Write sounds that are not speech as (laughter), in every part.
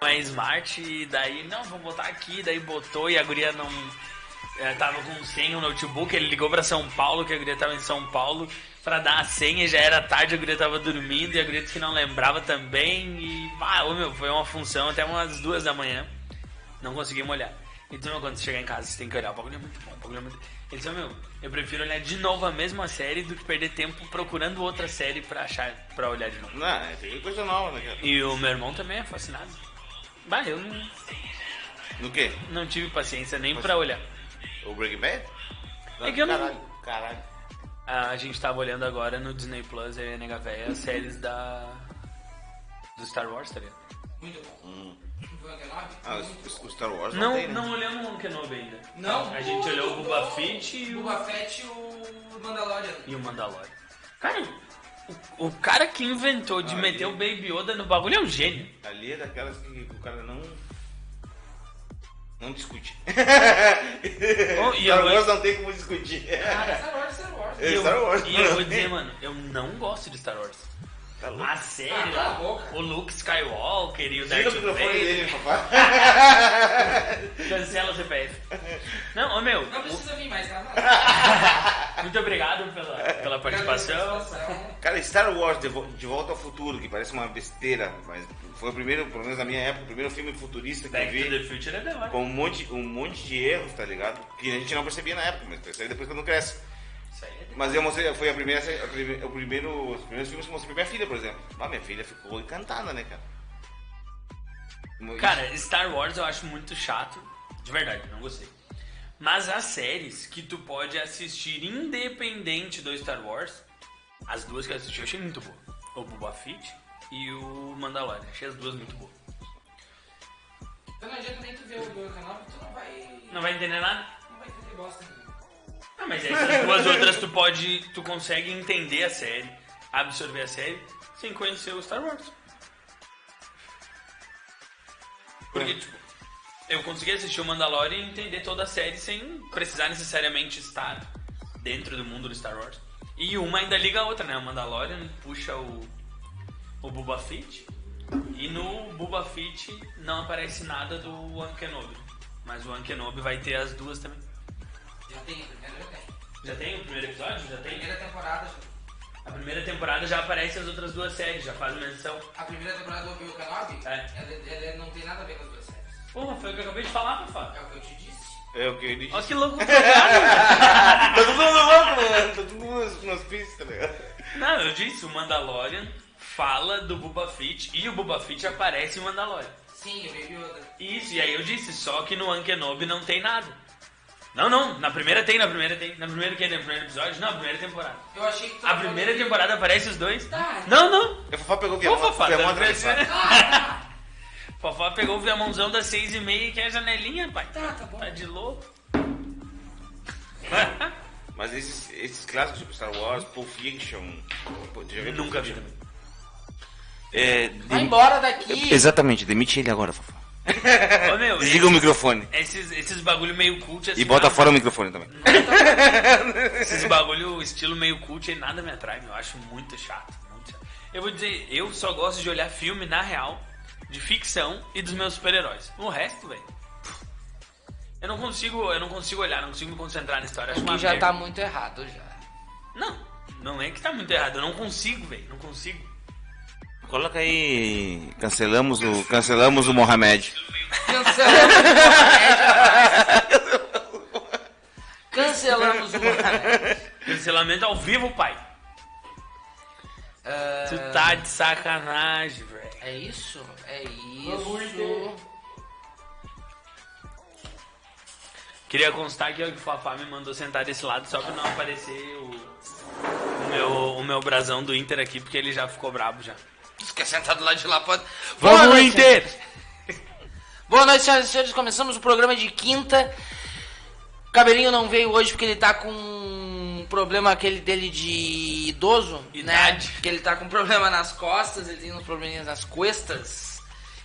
uma é Smart e daí, não, vamos botar aqui, daí botou e a guria não. eh, tava com senha o notebook, ele ligou pra São Paulo, que a guria tava em São Paulo, pra dar a senha, e já era tarde, a guria tava dormindo e a guria disse que não lembrava também. E, ah, ô, meu, foi uma função até umas duas da manhã, não conseguimos olhar. Então, quando você chegar em casa, você tem que olhar, o bagulho é muito bom, o bagulho é muito. Ele disse, ô, meu, eu prefiro olhar de novo a mesma série do que perder tempo procurando outra série pra achar, pra olhar de novo. Não, é, tem coisa nova, né, cara? E o meu irmão também é fascinado. Bah, eu não, No quê? não tive paciência nem pra olhar. O Breaking Bad? É que eu não- caralho, Caralho. A gente tava olhando agora no Disney Plus, eu e a Nega Véia, as séries da. do Star Wars, tá ligado? Muito bom. Ah, Hum. os- os Star Wars não, Não, tem, né? não olhamos o Kenobi ainda. Não. A gente olhou o Boba Fett e O o, Boba Fett e o Mandalorian. e o Mandalorian. Cara, o, o cara que inventou de Ah, meter ele- o Baby Yoda no bagulho é um gênio. Ali é daquelas que o cara não. Não discute. (laughs) Oh, e Star eu- Wars não tem como discutir. Ah, Star Wars, Star Wars. É E eu- Star Wars. E eu vou dizer, mano, eu não gosto de Star Wars. Tá louco. A série, Ah, cala a boca. o Luke Skywalker e o Tira Darth o microfone Vader. dele, papai. Cancela o CPF. (laughs) Não, ô meu, Não mu- precisa vir mais, tá? muito obrigado pela, pela (laughs) participação. Participação. Cara, Star Wars de, Vo- De Volta ao Futuro, que parece uma besteira, mas foi o primeiro, pelo menos na minha época, o primeiro filme futurista que eu Back to vi. the Future é da hora. Com um monte, um monte de erros, tá ligado? Que a gente não percebia na época, mas percebe depois quando cresce. Isso aí é da- Mas eu mostrei, foi a primeira, sé- a prime- o primeiro, os primeiros filmes que eu mostrei pra minha filha, por exemplo. Ah, minha filha ficou encantada, né, cara? Mo- Cara, Star Wars eu acho muito chato. De verdade, não gostei. Mas as séries que tu pode assistir independente do Star Wars, as duas que eu assisti eu achei muito boa. O Boba Fett e o Mandalorian. Achei as duas muito boas. Então não adianta nem tu ver o meu canal, porque tu não vai. Não vai entender nada? Não vai entender bosta. nenhuma. Ah, mas essas duas outras tu pode. Tu consegue entender a série, absorver a série, sem conhecer o Star Wars. Porque, tipo, eu consegui assistir o Mandalorian e entender toda a série sem precisar necessariamente estar dentro do mundo do Star Wars. E uma ainda liga a outra, né? O Mandalorian puxa o. o Boba Fett. E no Boba Fett não aparece nada do One Kenobi. Mas o One Kenobi vai ter as duas também. Já tem, a primeira já tem. Já tem o primeiro episódio? Já A tem? primeira temporada já. A primeira temporada já aparece as outras duas séries, já faz menção. A primeira temporada do Obi-Wan Kenobi, É. ela, ela não tem nada a ver com as duas séries. Porra, foi o que eu acabei de falar, É Fafá. o que eu te disse. É o que ele Olha disse. que louco jogado. Tá todo mundo louco, mano. Tá todo mundo nas pistas, tá ligado? (laughs) Não, eu disse, o Mandalorian fala do Boba Fett e o Boba Fett aparece em Mandalorian. Sim, o Baby Yoda. Isso, e aí eu disse, só que no Ankenobi não tem nada. Não, não, na primeira tem, na primeira tem. Na primeira que no primeiro episódio? Não, na primeira temporada. Eu achei que tu A primeira temporada aparece os dois? Tá. Não, não. O Fafá pegou o Ô, violão. Fafá, Foi a mão tá atravessada. vendo? (laughs) Ah, Fafá pegou o viamãozão das seis e meia, que é a janelinha, pai. tá, tá, tá bom. Tá de louco. Mas esses, esses clássicos, tipo Star Wars, Pulp Fiction. Pô, tu já viu Nunca Pulp vi Fiction? também. É, Vai dem- embora daqui! Exatamente, demite ele agora, Fafá. Ô, meu, (laughs) Desliga o microfone. esses, esses bagulho meio cult assim. E bota nada- fora o microfone também. Esses bagulho estilo meio cult aí nada me atrai, meu. Eu acho muito chato, muito chato. Eu vou dizer, eu só gosto de olhar filme na real, de ficção e dos meus super-heróis. O resto, velho. Eu não consigo, eu não consigo olhar, não consigo me concentrar na história. Acho uma Tu já merda. tá muito errado já. Não, não é que tá muito errado, eu não consigo, velho. Não consigo. Coloca aí. Cancelamos o. Cancelamos o Mohamed. Cancelamos o Mohamed. Cancelamos o Mohamed. Cancelamento ao vivo, pai. Ah, Tu tá de sacanagem, velho. É isso? É Vamos isso. Queria constar que o Fafá me mandou sentar desse lado só pra não aparecer o, o meu, o meu brasão do Inter aqui, porque ele já ficou brabo já. Tu quer sentar do lado de é lá pode. Boa Vamos, noite. Inter! Boa noite, senhoras e senhores. Começamos o programa de quinta. Cabelinho não veio hoje porque ele tá com um problema aquele dele de idoso, Idade. né? Que ele tá com problema nas costas, ele tem uns probleminhas nas costas.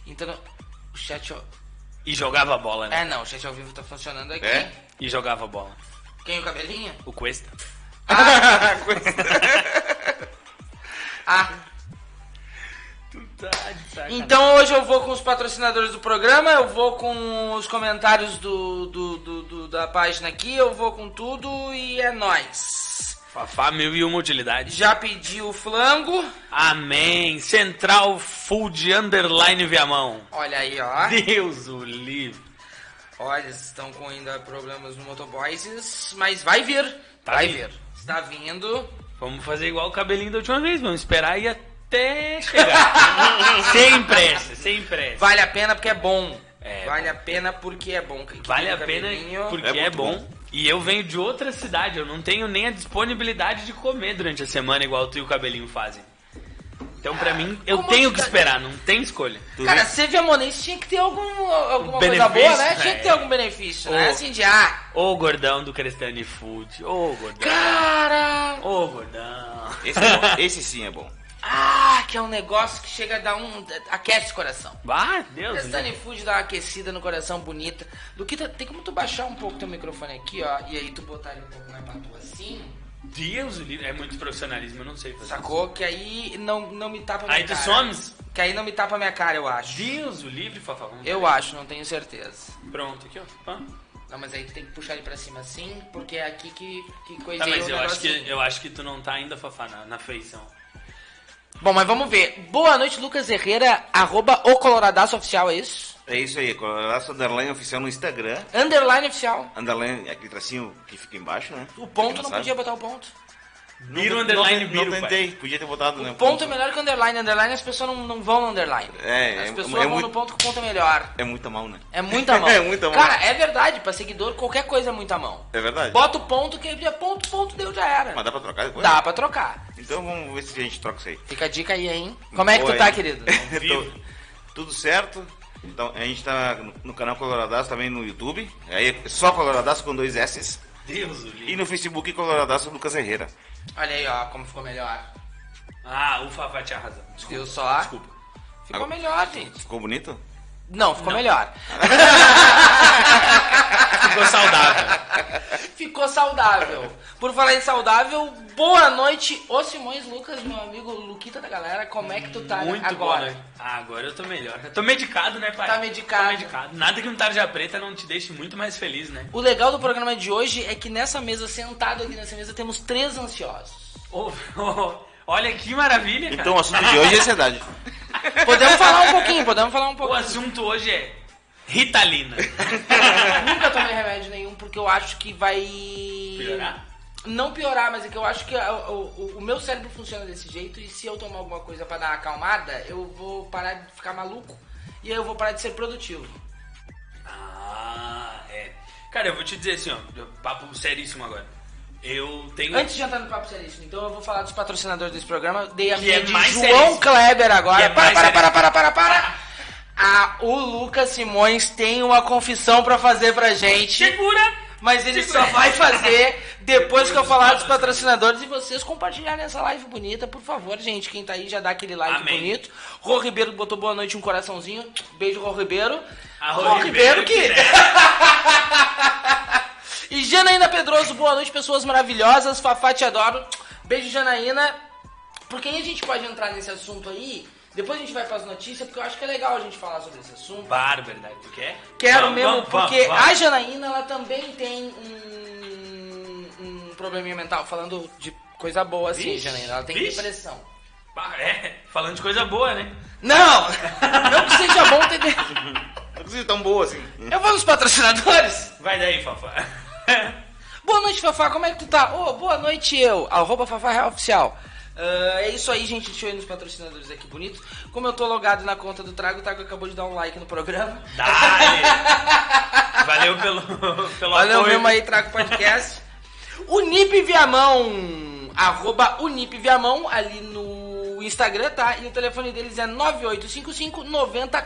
Então, o chat, ao- E jogava bola, né? é não, o chat ao vivo tá funcionando aqui. É? E jogava bola. Quem o cabelinho? O Cuesta. Ah, Tá de sacanagem. Então hoje eu vou com os patrocinadores do programa, eu vou com os comentários do, do- do- do- da página aqui, eu vou com tudo e é nóis. Fafá, mil e uma utilidades. Já pedi o flango, Amém. Central Food Underline Viamão. olha aí ó. Deus o livre. Olha, eles estão com ainda problemas no Motoboys, mas vai vir. Tá vai vindo. vir. Está vindo. Vamos fazer igual o cabelinho da última vez, vamos esperar e até (laughs) chegar. sem pressa, sem pressa. Vale a pena porque é bom. É, vale a pena porque é bom. Que- que Vale tem a o pena cabelinho. porque É é, muito bom. bom. E eu venho de outra cidade, eu não tenho nem a disponibilidade de comer durante a semana igual tu e o cabelinho fazem. Então pra mim, eu como tenho que que tá- esperar, não tem escolha. Cara, ser viamonense tinha que ter algum, alguma coisa benefício, boa, né? Tinha que ter né? algum benefício, né? Ô. Assim de, ah, Ô gordão do Crestani Food, ô gordão, cara... ô gordão. Esse, é bom. Esse sim é bom. Ah, que é um negócio que chega a dar um... Aquece o coração. Bah, Deus, né? Crestani Food dá uma aquecida no coração bonita. Do que tá, tem como tu baixar um pouco teu microfone aqui, ó, e aí tu botar ele um pouco mais pra tu assim... Deus, o livre. é muito profissionalismo, eu não sei fazer. Sacou? Que aí não, não me tapa minha Aí tu cara. somes? Que aí não me tapa minha cara, eu acho. Deus, o livre, Fafá. vamos Eu acho, não tenho certeza. Pronto, aqui ó. Pá. Não, mas aí tu tem que puxar ele pra cima assim, porque é aqui que, que coisa Tá, mas eu acho, que, negocinho. eu acho que tu não tá ainda, Fafá, na, na feição. Bom, mas vamos ver. Boa noite, Lucas Herrera, arroba o Coloradaço Oficial, é isso? É isso aí, Colorado Underline oficial no Instagram. Underline Oficial. Underline, aquele tracinho que fica embaixo, né? O Pra ponto quem não sabe. podia botar o ponto. Biro underline não, Biro, Não pai. tentei, podia ter botado, né? O ponto é melhor que o underline. Underline as pessoas não, não vão no underline. É, as é- pessoas é vão muito- no ponto que o ponto é melhor. É muita mão, né? É (laughs) muita mão. É muita mão. Cara, é verdade, pra seguidor qualquer coisa é muita mão. É verdade. Bota o ponto que é ponto, ponto, deu, já era. Mas dá pra trocar depois? Dá pra trocar. Então vamos ver se a gente troca isso aí. Fica a dica aí, hein? Como é que Boa, tu tá, hein? querido? Vivo. (laughs) Tô- tudo certo. Então, a gente tá no, no canal Coloradaço também no YouTube. Aí é só Coloradaço com dois S's. Deus, o livre. E no Facebook Coloradaço Lucas Herrera. Olha aí, ó, como ficou melhor. Ah, o Fafá tinha razão. Viu só? Desculpa. Ficou Agora- melhor, gente. Ficou bonito? Não, ficou melhor. Ficou saudável. Ficou saudável. Por falar em saudável, boa noite, ô Simões Lucas, meu amigo Luquita da galera. Como é que tu tá Muito agora? bom, né? Ah, agora eu tô melhor. Eu tô medicado, né, pai? Tá medicado. Tô medicado. Nada que um tarja preta não te deixe muito mais feliz, né? O legal do programa de hoje é que nessa mesa, sentado aqui nessa mesa, temos três ansiosos. Ô, ô, olha que maravilha, cara. Então o assunto de hoje é ansiedade. Podemos falar um pouquinho, podemos falar um O pouquinho. assunto hoje é (laughs) Ritalina. Nunca tomei remédio nenhum, porque eu acho que vai... Melhorar? Não piorar, mas é que eu acho que a- o, o- o meu cérebro funciona desse jeito e se eu tomar alguma coisa pra dar uma acalmada, eu vou parar de ficar maluco e aí eu vou parar de ser produtivo. Ah, é. Cara, eu vou te dizer assim, ó. Papo seríssimo agora. Eu tenho... Antes de entrar no papo seríssimo, então eu vou falar dos patrocinadores desse programa. Dei a Que minha é de mais João seríssimo. Kleber agora. Que é para, mais para, para, para, seríssimo. para, para. Ah, o Lucas Simões tem uma confissão pra fazer pra gente. Segura! Mas ele Segura. só vai fazer (laughs) depois que eu falar dos patrocinadores e vocês compartilharem essa live bonita, por favor, gente. Quem tá aí já dá aquele like Amém. bonito. Rô Ribeiro botou boa noite, um coraçãozinho. Beijo, Rô Ribeiro. A Rô Ribeiro né? que. E Janaína Pedroso, boa noite, pessoas maravilhosas. Fafá, te adoro. Beijo, Janaína. Porque aí a gente pode entrar nesse assunto aí. Depois a gente vai para as notícias, porque eu acho que é legal a gente falar sobre esse assunto. Bárbara, né? tu quer? Quero Vamos, mesmo, vamos, porque vamos, a Janaína, ela também tem um, um probleminha mental. Falando de coisa boa, assim, Vixe, Janaína. Ela tem vixe. depressão. vamos. É, falando de coisa boa, né? Não! (laughs) Não que seja bom ter... de- Não precisa ser tão boa assim. Eu vou nos patrocinadores. Vai (laughs) daí, Fafá. Boa noite, Fafá. Como é que tu tá? Ô, boa noite, eu. Arroba Fafá Real Oficial. Ah, é isso aí, gente. Deixa eu ir nos patrocinadores aqui, bonito. Como eu tô logado na conta do Trago, o Trago acabou de dar um like no programa. Dale! Valeu pelo, pelo Valeu apoio. mesmo aí, Trago Podcast. (laughs) Unip Viamão, arroba Unip Viamão, ali no Instagram, tá? E o telefone deles é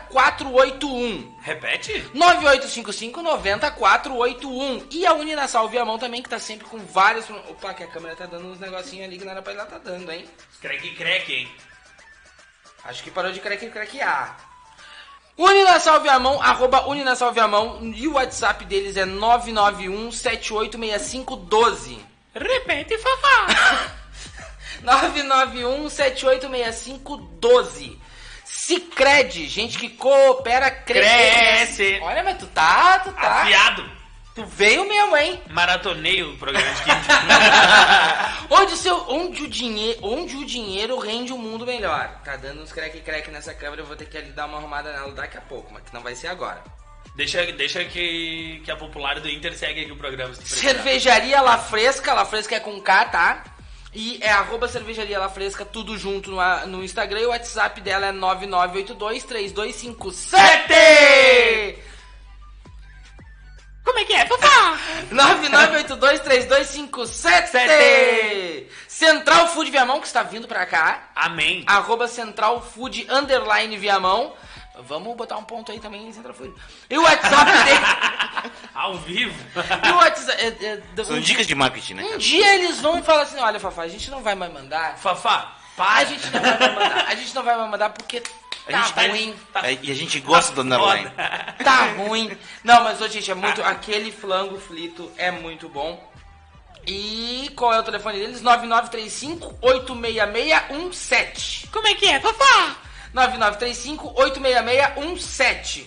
9855-90481. Repete? 9855-90481. E a Uninasal Viamão também, que tá sempre com vários... Opa, que a câmera tá dando uns negocinhos ali que não era pra ela tá dando, hein? Crack crack, hein? Acho que parou de craque craquear. Uninasal Viamão, arroba Uninasal Viamão, e o WhatsApp deles é 991 786512. Repete, Fafá. 991 786512. Cicred, gente que coopera, cresce. Cresce. Ah, Olha, mas tu tá, tu tá. Afiado. Tu veio mesmo, hein? Maratonei o programa de quinta. (laughs) Onde o, seu, onde, o dinhe, onde o dinheiro rende o mundo melhor. Tá dando uns crack-crack nessa câmera, eu vou ter que ali dar uma arrumada nela daqui a pouco, mas que não vai ser agora. deixa deixa que, que a popular do Inter segue aqui o programa. se tu precisar. Cervejaria La Fresca, La Fresca é com K, tá? E é arroba cervejaria La Fresca, tudo junto no, a- no Instagram. E o WhatsApp dela é 99823257! Como é que é, papá? 99823257! Central Food Viamão, que está vindo pra cá. Amém. Arroba Central Food Underline Viamão. Vamos botar um ponto aí também em Central Food. E o (laughs) WhatsApp dele... Ao vivo. e o WhatsApp... é- é- São dicas de marketing, né, Um cara? dia eles vão e falam assim, olha, Fafá, a gente não vai mais mandar. A Fafá, para. gente não vai mais mandar. A gente não vai mais mandar porque tá gente tá- ruim. É, E a gente gosta do Underline. Tá ruim. Não, mas hoje, gente, é muito... Aquele flango frito é muito bom. E qual é o telefone deles? 9935-86617. Como é que é, papá? 9935-86617.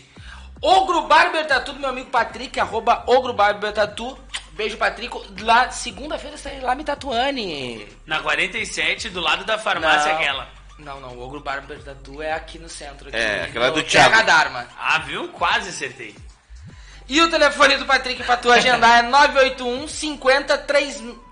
Ogro Barber um Tatu do meu amigo Patrick, arroba Ogro Barber Tatu. Beijo, Patrico. Lá, segunda-feira, estarei lá me tatuane. Na 47, do lado da farmácia é aquela. Não, não, o Ogro Barber Tattoo é aqui no centro. Aqui É, no- aquela do no Thiago. TH Dharma. Ah, viu? Quase acertei. E o telefone do Patrick pra tu agendar é 981 50 (laughs)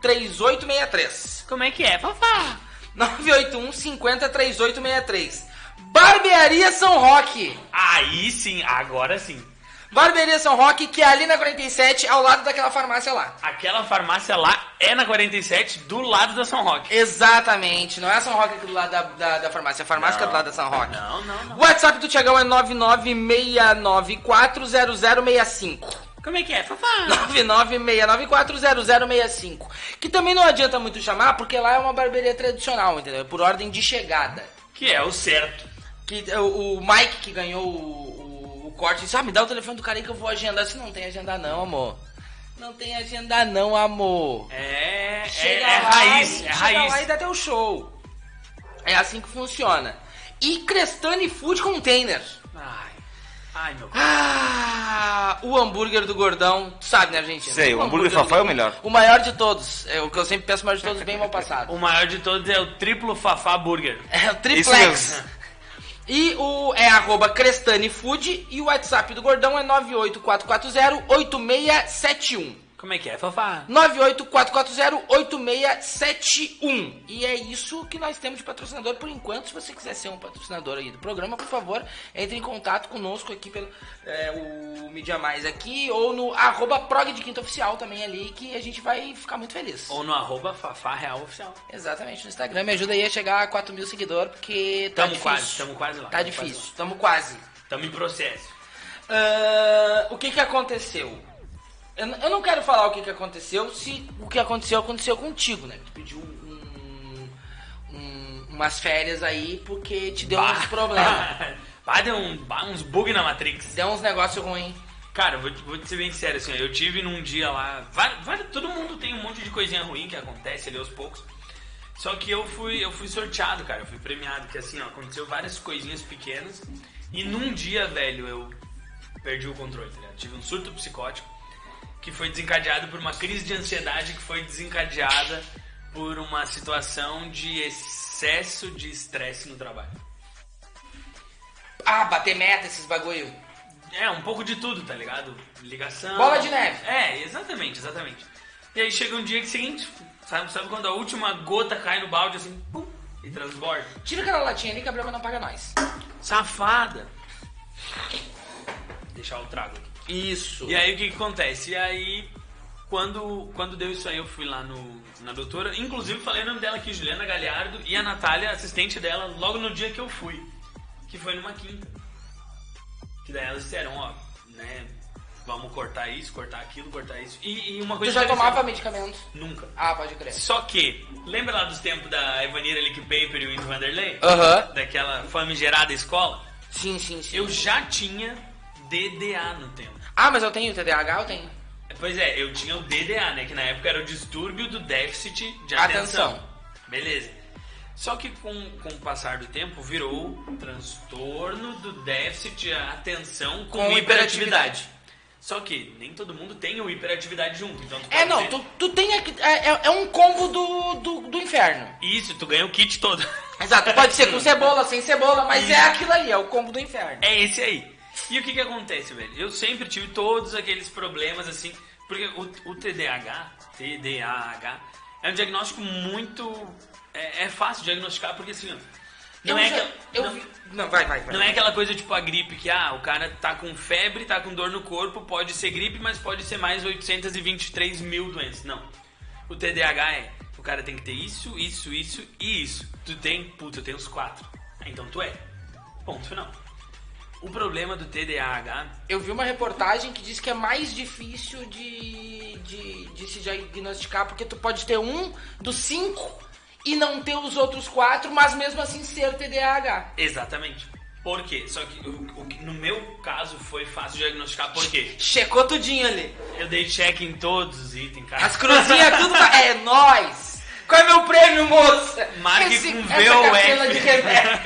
3863. Como é que é, papá? 981 50 3863. Barbearia São Roque. Aí sim, agora sim. Barbearia São Roque, que é ali na 47, ao lado daquela farmácia lá. Aquela farmácia lá é na 47, do lado da São Roque. Exatamente, não é a São Roque aqui do lado da, da, da farmácia, a farmácia que é do lado da São Roque. Não, não, não. O WhatsApp do Tiagão é 996940065. Como é que é, papá? 996940065. Que também não adianta muito chamar, porque lá é uma barbearia tradicional, entendeu? É Por ordem de chegada. Que é o certo. Que é o, o Mike que ganhou o, o- o corte disse: Ah, me dá o telefone do cara aí que eu vou agendar. Se não tem agenda, não, amor. Não tem agenda, não, amor. É, é, Chega é lá raiz, e- é chega lá e raiz. dá teu show. É assim que funciona. E Crestani Food Container. Ai, ai, meu c- Ah, o hambúrguer do gordão, tu sabe, né, gente? Sei, o hambúrguer Fafá é o melhor. O maior de todos. É o que eu sempre peço, o maior de todos, bem mal (laughs) passado. O maior de todos é o triplo Fafá Burger. É o Isso triplex. mesmo. E o é arroba Crestani Food e o WhatsApp do gordão é 98440-8671. Como é que é, Fafá? 98440-8671. E é isso que nós temos de patrocinador por enquanto. Se você quiser ser um patrocinador aí do programa, por favor, entre em contato conosco aqui pelo é, o Mídia Mais aqui ou no arroba prog de quinta oficial também ali, que a gente vai ficar muito feliz. Ou no arroba Fafá Real Oficial. Exatamente, no Instagram. Me ajuda aí a chegar a 4 mil seguidores, porque tá Tamo difícil. quase, tamo quase lá, Tá tamo difícil, quase tamo quase. Tamo em processo. Ah, o que que aconteceu? Eu, n- eu não quero falar o que que aconteceu, se o que aconteceu, aconteceu contigo, né? Tu pediu um- um- umas férias aí porque te deu uns problemas. (laughs) (laughs) Bah, deu um, bah, uns bug na Matrix. Deu uns negócios ruins. Cara, eu vou, te- vou te ser bem sério, assim, ó, eu tive num dia lá. vai- vai- todo mundo tem um monte de coisinha ruim que acontece ali aos poucos. Só que eu fui, eu fui sorteado, cara, eu fui premiado, que assim, ó, aconteceu várias coisinhas pequenas. E num dia, velho, eu perdi o controle, tá ligado? Tive um surto psicótico que foi desencadeado por uma crise de ansiedade que foi desencadeada por uma situação de excesso de estresse no trabalho. Ah, bater meta esses bagulho. É, um pouco de tudo, tá ligado? Ligação. Bola de neve. É, exatamente, exatamente. E aí chega um dia que é o seguinte, sabe, sabe quando a última gota cai no balde assim, pum, e transborda? Tira aquela latinha ali que a Brahma não paga nós. Safada! Deixar o trago aqui. Isso. E aí o que, que acontece? E aí, quando, quando deu isso aí, eu fui lá no, na doutora. Inclusive, falei o nome dela aqui, Juliana Galhardo, e a Natália, assistente dela, logo no dia que eu fui. Que foi numa quinta. Que daí elas disseram, ó, né, vamos cortar isso, cortar aquilo, cortar isso. E, e uma Tu coisa já interessante- tomava medicamento? Nunca. Ah, pode crer. Só que, lembra lá dos tempos da Evanira Lick Paper e o Indo Vanderlei? Aham. Daquela famigerada escola? Sim, sim, sim. Eu já tinha DDA no tempo. Ah, mas eu tenho TDAH, eu tenho. Pois é, eu tinha o DDA, né? Que na época era o distúrbio do déficit de Atenção. atenção. Beleza. Só que com, com o passar do tempo virou transtorno do déficit de atenção com, Com hiperatividade. hiperatividade. Só que nem todo mundo tem o hiperatividade junto. Então tu É, pode não, ter- tu, tu tem aqui. É, é- é um combo do, do, do inferno. Isso, tu ganha o kit todo. Exato, pode ser com cebola, sem cebola, mas Isso. é aquilo ali, é o combo do inferno. É esse aí. E o que que acontece, velho? Eu sempre tive todos aqueles problemas assim, porque o, o TDAH, TDAH, é um diagnóstico muito é, é fácil de diagnosticar porque assim, ó, eu não é Então já- que eu não- vi- Não, vai, vai, vai. Não é aquela coisa tipo a gripe que, ah, o cara tá com febre, tá com dor no corpo, pode ser gripe, mas pode ser mais 823 mil doenças. Não. O TDAH é, o cara tem que ter isso, isso, isso e isso. Tu tem, puta, eu tenho os quatro. Ah, Então tu é. Ponto final. O problema do TDAH Eu vi uma reportagem que diz que é mais difícil de, de, de se diagnosticar, porque tu pode ter um dos cinco e não ter os outros quatro, mas mesmo assim ser TDAH. Exatamente. Por quê? Só que o- o que- no meu caso foi fácil diagnosticar por quê? Checou tudinho ali. Eu dei check em todos os itens, cara. As cruzinhas tudo. fa- É nóis! Qual é meu prêmio, moça? Marque Esse- com essa V ou cartela F. de (laughs) remédio.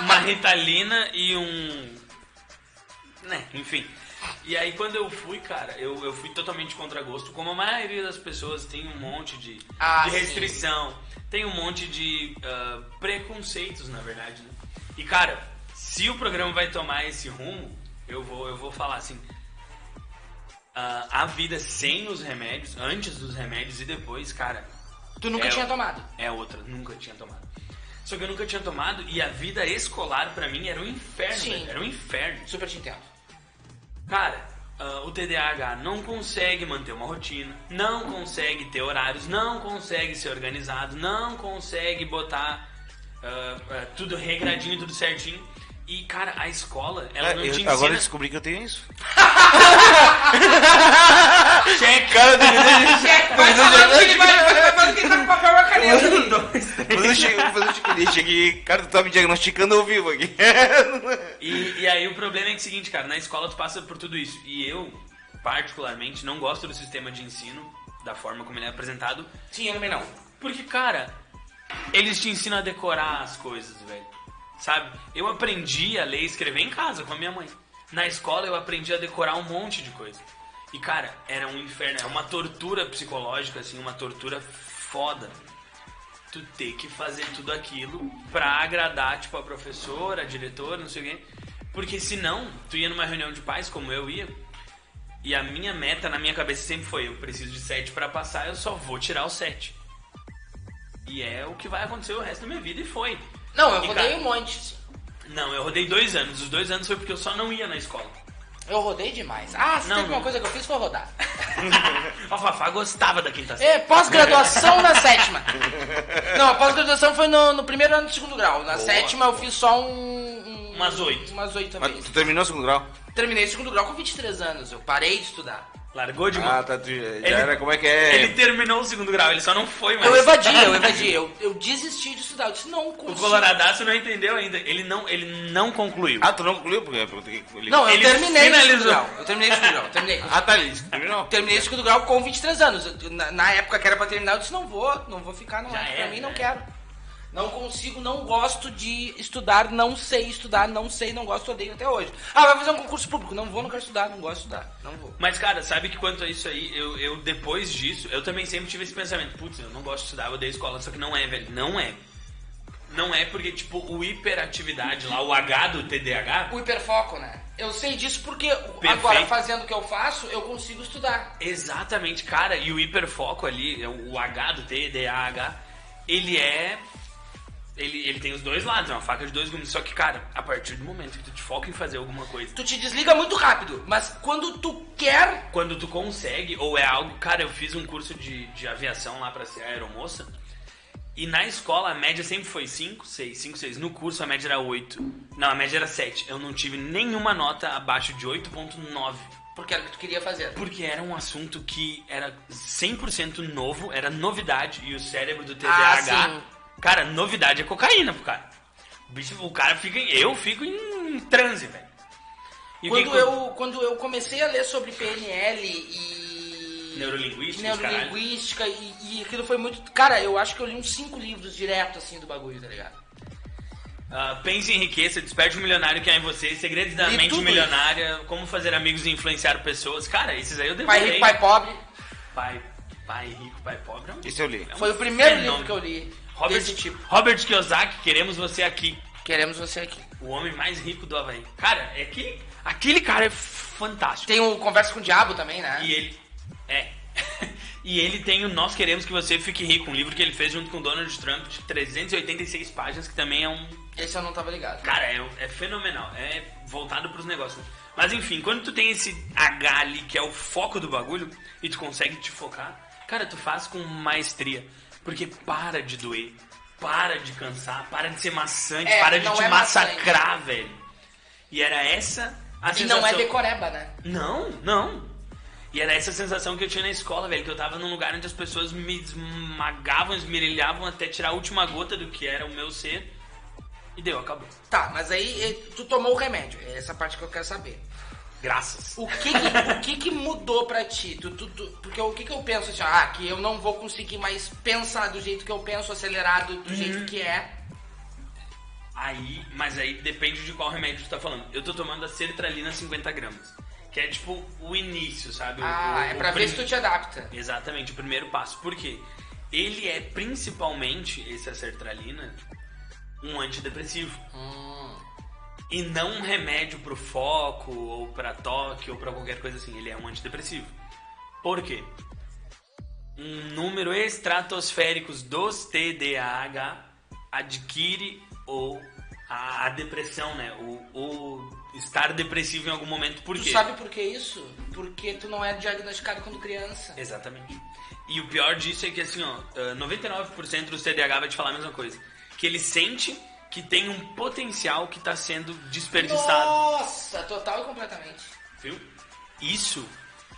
uma ritalina e um. Né, enfim. E aí quando eu fui, cara, eu, eu fui totalmente contra gosto. Como a maioria das pessoas tem um monte de, Ah, de sim. restrição, tem um monte de ah, preconceitos, na verdade, né? E cara, se o programa vai tomar esse rumo, eu vou, eu vou falar assim. ah, a vida sem os remédios, antes dos remédios e depois, cara, Tu nunca É, tinha eu- tomado. é outra, nunca tinha tomado. Só que eu nunca tinha tomado e a vida escolar pra mim era um inferno, Sim. velho, era um inferno. Super te entendo. Cara, ah, o TDAH não consegue manter uma rotina, não consegue ter horários, não consegue ser organizado, não consegue botar ah, ah, tudo regradinho, tudo certinho. E, cara, a escola, ela não te eu, ensina... É, agora eu descobri que eu tenho (laughs) isso. Check, Cara, eu Cheque, vai falando que ele vai vai falando que ele tá com papel e uma caneta ali. cheguei, cheguei. Cara, tu tá me diagnosticando ao (laughs) vivo aqui. E, e aí o problema é que é o seguinte, cara, na escola tu passa por tudo isso. E eu, particularmente, não gosto do sistema de ensino, da forma como ele é apresentado, Sim, eu também não. porque, cara, eles te ensinam a decorar as coisas, velho. Sabe? Eu aprendi a ler e escrever em casa com a minha mãe. Na escola eu aprendi a decorar um monte de coisa. E, cara, era um inferno, é uma tortura psicológica, assim, uma tortura foda. Tu ter que fazer tudo aquilo pra agradar, tipo, a professora, a diretora, não sei o quê. Porque senão, tu ia numa reunião de pais, como eu ia, e a minha meta na minha cabeça sempre foi: eu preciso de 7 pra passar, eu só vou tirar o 7. E é o que vai acontecer o resto da minha vida e foi. Não, eu E, rodei cara, um monte. sim. Não, eu rodei dois anos. Os dois anos foi porque eu só não ia na escola. Eu rodei demais. Ah, se Não, teve uma não. coisa que eu fiz foi rodar. A Fafá gostava da quinta série. É, pós-graduação na sétima. Não, a pós-graduação foi no, no primeiro ano do segundo grau. Na sétima eu fiz só um. um- Umas oito. Umas oito também. Mas tu terminou o segundo grau? Terminei o segundo grau com 23 anos. Eu parei de estudar. Largou de mão. Ah, tá. Tu, já era, como é que é? Ele terminou o segundo grau, ele só não foi mais. Eu evadi, eu evadi. Eu, eu desisti de estudar. Eu disse, não O consigo. Coloradaço não entendeu ainda. Ele não, ele não concluiu. Ah, tu não concluiu? Porque eu perguntei que ele... Não, eu Ele terminei o segundo finalizou. grau. Eu terminei o segundo grau. eu Terminei. Eu Ah, tá, ele disse que terminou. Terminei o segundo grau com 23 anos. Eu- Na, na época que era pra terminar, eu disse, não vou, não vou ficar, não Já é pra era, mim, não né? quero. Não consigo, não gosto de estudar, não sei estudar, não sei, não gosto, odeio até hoje. Ah, vai fazer um concurso público. Não vou, não quero estudar, não gosto de estudar, não vou. Mas, cara, sabe que quanto a isso aí, eu, eu depois disso, eu também sempre tive esse pensamento, putz, eu não gosto de estudar, eu odeio escola, só que não é, velho, não é. Não é porque, tipo, o hiperatividade lá, o H do TDAH, O hiperfoco, né? Eu sei disso porque agora Perfeito. fazendo o que eu faço, eu consigo estudar. exatamente, cara, e o hiperfoco ali, é o H do TDAH, ele é... Ele, ele tem os dois lados, é uma faca de dois gumes, só que, cara, a partir do momento que tu te foca em fazer alguma coisa, Tu te desliga muito rápido, mas quando tu quer, quando tu consegue, ou é algo. Cara, eu fiz um curso de, de aviação lá pra ser aeromoça. E na escola a média sempre foi 5, 6, 5, 6. No curso a média era 8. Não, a média era 7. Eu não tive nenhuma nota abaixo de 8.9. porque era o que tu queria fazer. Porque era um assunto que era 100% novo, era novidade. E o cérebro do Ah, TDAH. sim. cara, novidade é cocaína pro cara. O, bicho, o cara fica em. Eu fico em transe, velho. E o que Quando que- eu, quando eu comecei a ler sobre PNL e e. Neurolinguística, os caralho. Neurolinguística e, e aquilo foi muito. Cara, eu acho que eu li uns cinco livros direto assim do bagulho, tá ligado? Ah, pense em riqueza, desperte o milionário que há em você, segredos da Li mente tudo milionária, como fazer amigos e influenciar pessoas. Cara, esses aí eu Pai devorei. Rico, Pai Pobre. pai, pai rico, pai pobre. é um- Esse eu li. é um Foi o primeiro fenômeno. livro que eu li (laughs) Robert, desse tipo. Robert Kiyosaki, queremos você aqui. Queremos você aqui. O homem mais rico do Havaí. Cara, é que aquele cara é fantástico. Tem o Conversa com o Diabo também, né? E ele. É. (laughs) e ele tem o Nós Queremos Que Você Fique Rico, um livro que ele fez junto com o Donald Trump, de 386 páginas, que também é um. Esse eu não tava ligado. Cara, é, é fenomenal. É voltado pros negócios. Mas enfim, quando tu tem esse H ali, que é o foco do bagulho, e tu consegue te focar, cara, tu faz com maestria. Porque para de doer, para de cansar, para de ser maçante, É, para de não te é maçante. massacrar, velho. E era essa a E não é sensação- decoreba, né? não, não. E era essa sensação que eu tinha na escola, velho, que eu tava num lugar onde as pessoas me esmagavam, esmerilhavam até tirar a última gota do que era o meu ser. E deu, acabou. Tá, mas aí eh, tu tomou o remédio. É essa parte que eu quero saber. Graças. O que que, o que, que mudou pra ti? Tu- tu- tu- porque o que que eu penso assim, ó, ah, que eu não vou conseguir mais pensar do jeito que eu penso, acelerado, do Uhum. jeito que é. Aí, mas aí depende de qual remédio tu tá falando. Eu tô tomando a sertralina 50 gramas, que é tipo o início, sabe? O- Ah, o- é o pra ver prim- se tu te adapta. Exatamente, o primeiro passo. Por quê? Ele é principalmente, esse é a sertralina, um antidepressivo. Hum. E não um remédio pro foco, ou pra toque, ou pra qualquer coisa assim. Ele é um antidepressivo. Por quê? Um número estratosférico dos TDAH adquire ou a, a depressão, né? O, o estar depressivo em algum momento. Por Tu quê? sabe por que isso? Porque tu não é diagnosticado quando criança. Exatamente. E o pior disso é que, assim, ó, ah, 99% do CDH vai te falar a mesma coisa. Que ele sente que tem um potencial que tá sendo desperdiçado. Nossa, total e completamente. Viu? Isso,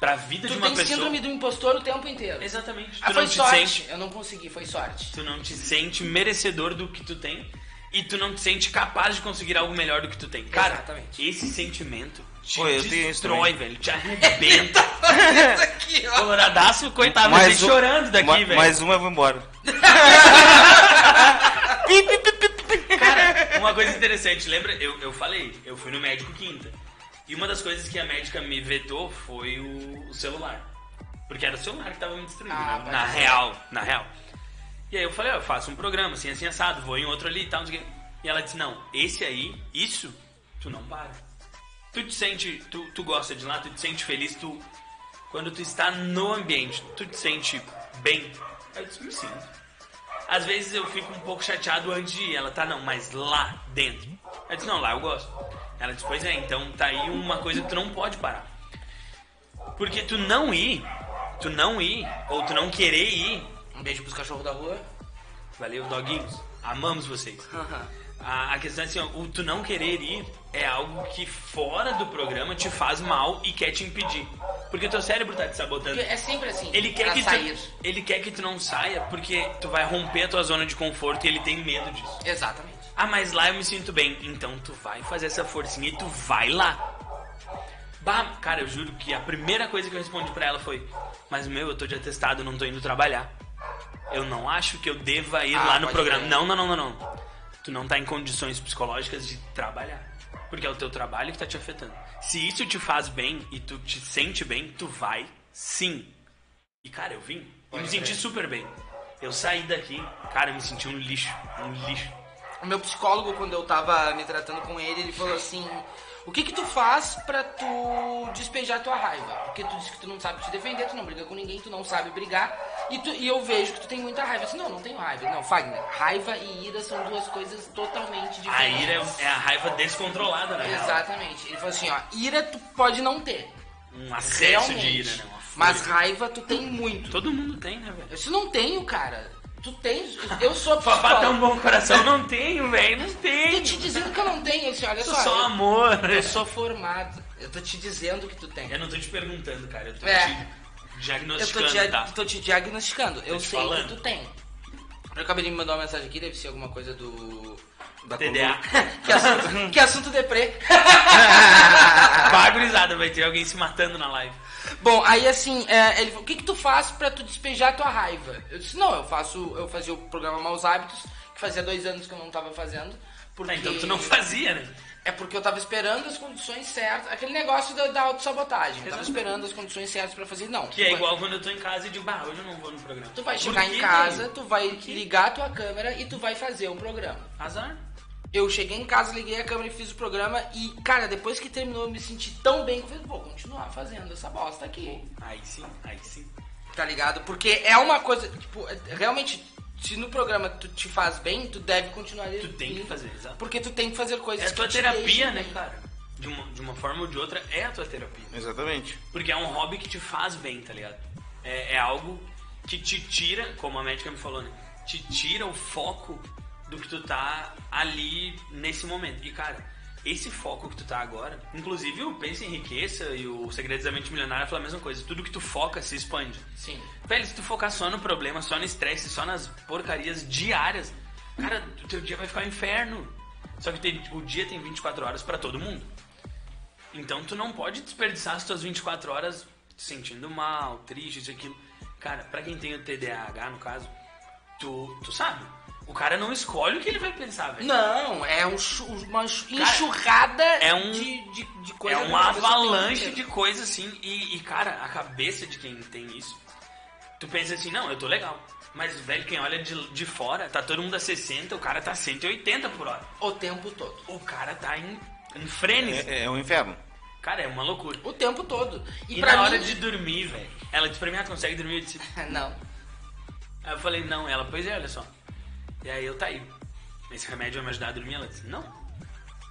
pra vida de Tu uma tem pessoa... síndrome do impostor o tempo inteiro. Exatamente. Ah, tu foi não te sorte. sente... Eu não consegui, foi sorte. (laughs) Tu não te sente merecedor do que tu tem e tu não te sente capaz de conseguir algo melhor do que tu tem. Cara, Exatamente. esse sentimento te Pô, eu tenho isso destrói, também. velho. Te arrebenta. (laughs) aqui, ó. Coloradaço, coitado, vai Mais ser um- Ah, chorando daqui, ma- velho. Mais uma eu vou (laughs) embora. Cara, uma coisa interessante, lembra? Eu, eu falei, eu fui no médico quinta. E uma das coisas que a médica me vetou foi o, o celular. Porque era o celular que tava me destruindo, Ah, na, pode na ser. real, na real. E aí eu falei, ó, eu faço um programa, assim, assim, assado, vou em outro ali e tal, não sei o quê. E ela disse, não, esse aí, isso, tu não para. Tu te sente, tu, tu gosta de lá, tu te sente feliz, tu... Quando tu está no ambiente, tu te sente bem. Aí eu disse, me sinto. Às vezes eu fico um pouco chateado antes de ir. Ela tá, não, mas lá dentro. Ela disse, não, lá eu gosto. Ela disse, pois é, então tá aí uma coisa que tu não pode parar. Porque tu não ir, tu não ir, ou tu não querer ir, Um beijo pros cachorros da rua. valeu, doguinhos, (laughs) amamos vocês. A, a questão é assim, ó, o tu não querer ir é algo que fora do programa te faz mal e quer te impedir. Porque teu cérebro tá te sabotando. Porque é sempre assim. Ele quer, pra que sair. tu, ele quer que tu não saia porque tu vai romper a tua zona de conforto e ele tem medo disso. Exatamente. Ah, mas lá eu me sinto bem. Então tu vai fazer essa forcinha e tu vai lá. Bah, cara, eu juro que a primeira coisa que eu respondi pra ela foi: Mas meu, eu tô de atestado, eu não tô indo trabalhar. Eu não acho que eu deva ir Ah, lá no pode programa. crer. Não, não, não, não, não. Tu não tá em condições psicológicas de trabalhar. Porque é o teu trabalho que tá te afetando. Se isso te faz bem e tu te sente bem, tu vai sim. E cara, eu vim. Eu me senti super bem. Eu saí daqui, cara, eu me senti um lixo. Um lixo. O meu psicólogo, quando eu tava me tratando com ele, ele falou assim: O que que tu faz pra tu despejar tua raiva? Porque tu diz que tu não sabe te defender, tu não briga com ninguém, tu não sabe brigar. E, tu- e eu vejo que tu tem muita raiva. Eu disse, não, não tenho raiva. Não, Fagner, raiva e ira são duas coisas totalmente diferentes. A ira é- é a raiva descontrolada, né? Exatamente. Ele falou assim, ó, ira tu pode não ter. Um acesso Realmente. de ira, né? Uma fúria. mas raiva tu tem muito. Todo mundo tem, né, velho? Eu disse, não tenho, cara. Tu tens. Eu sou Papá tão psicólogo. bom coração, não tenho, velho, não Eu tô tenho. te dizendo que eu não tenho. Eu disse, olha Isso só. só eu- amor. Eu sou formado. Eu tô te dizendo que tu tem. Eu não tô te perguntando, cara, eu tô É. te Eu tô diagnosticando, te, tá? (laughs) tô te diagnosticando. Eu te sei falando. que tu tem. Eu acabei de me mandar uma mensagem aqui, deve ser alguma coisa do. Da TDA. coluna. (laughs) que assunto, que assunto deprê. (laughs) Ah. Tá, Bagulhizada, vai ter alguém se matando na live. Bom, aí assim, é, ele falou, o que que tu faz pra tu despejar a tua raiva? Eu disse, não, eu faço, eu fazia o programa Maus Hábitos, que fazia dois anos que eu não tava fazendo. Porque... Ah, então tu não fazia, né? É porque eu tava esperando as condições certas, aquele negócio da, da autossabotagem. Eu tava esperando as condições certas pra fazer, não. Que é Tu vai- igual quando eu tô em casa e digo, bah, hoje eu não vou no programa. Tu vai Por chegar quê, em casa, velho? tu vai ligar a tua câmera e tu vai fazer um programa. Azar. Eu cheguei em casa, liguei a câmera e fiz o programa e, cara, depois que terminou eu me senti tão bem que eu falei, vou continuar fazendo essa bosta aqui. Aí sim, aí sim. Tá ligado? Porque é uma coisa, tipo, é- realmente, se no programa tu te faz bem, tu deve continuar Tu tem que fazer, exato. Porque tu tem que fazer coisas É a tua que te deixam terapia, né, bem. cara? De uma, de uma forma ou de outra, é a tua terapia. Exatamente. Porque é um hobby que te faz bem, tá ligado? É, é algo que te tira, como a médica me falou, né? Te tira o foco do que tu tá ali nesse momento. E, cara, esse foco que tu tá agora, inclusive o Pensa em Riqueza e o Segredos da Mente Milionária falam a mesma coisa. Tudo que tu foca se expande. Sim. Velho, se tu focar só no problema, só no estresse, só nas porcarias diárias, cara, o teu dia vai ficar um inferno. Só que tem- o dia tem 24 horas pra todo mundo. Então tu não pode desperdiçar as tuas 24 horas te sentindo mal, triste, isso e aquilo. Cara, pra quem tem o TDAH, no caso, tu, tu sabe. O cara não escolhe o que ele vai pensar, velho. Não, é um chu- uma chu- enxurrada é um- de, de, de É coisa. que uma a pessoa tem avalanche um inteiro. de coisa assim. E, e, cara, a cabeça de quem tem isso, tu pensa assim, não, eu tô legal. Mas, velho, quem olha de, de fora, tá todo mundo a 60, o cara tá 180 por hora. O tempo todo. O cara tá em, em frenes. É, é um inferno. Cara, é uma loucura. O tempo todo. E, E pra na mim... hora de dormir, velho, ela disse pra mim, ah, consegue dormir? Eu disse, É, Não. Aí eu falei, não, ela, pois é, olha só. E aí eu tá aí. Esse remédio vai me ajudar a dormir? Ela disse, não.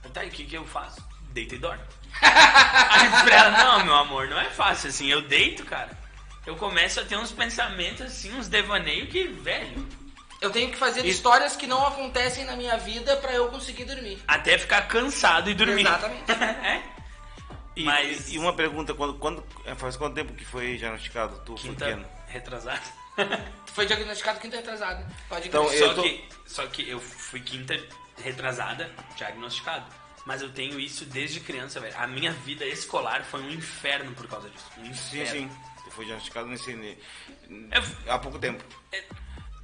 Eu tá aí, o que, que eu faço? Deita e dorme. (laughs) aí eu disse pra ela, não, meu amor, não é fácil assim. Eu deito, cara. Eu começo a ter uns pensamentos assim, uns devaneios que, velho. Eu tenho que fazer histórias que não acontecem na minha vida pra eu conseguir dormir. Até ficar cansado e dormir. Exatamente. (laughs) é? E, Mas- e um uma pergunta, quando, quando, é, faz quanto tempo que foi diagnosticado tu é foi Quinta pequeno? retrasada. Tu foi diagnosticado quinta retrasada. Pode Então, acreditar. só, tô- que, só que eu fui quinta retrasada, diagnosticado. Mas eu tenho isso desde criança, velho. A minha vida escolar foi um inferno por causa disso. Um Sim, inferno. sim. Tu foi diagnosticado nesse, Eu- há pouco tempo. É,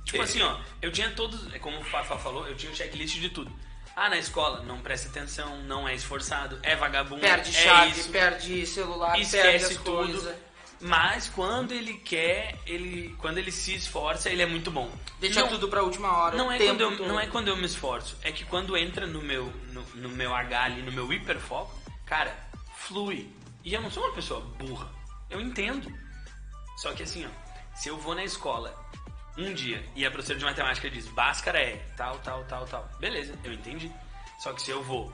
tipo assim, ó, eu tinha todos. é Como o Fafá falou, eu tinha um checklist de tudo. Ah, na escola, não presta atenção, não é esforçado, é vagabundo, Perde é chave, isso, perde celular, perde as esquece tudo. coisas. Mas quando ele quer, ele quando ele se esforça, ele é muito bom. Deixa Não- tudo pra última hora. Não o é, tempo quando eu, todo. não é quando eu me esforço, é que quando entra no meu, no, no meu H ali, no meu hiperfoco, cara, flui. E eu não sou uma pessoa burra. Eu entendo. Só que assim, ó, se eu vou na escola um dia e a professora de matemática diz Bhaskara é tal, tal, tal, tal. Beleza, eu entendi. Só que se eu vou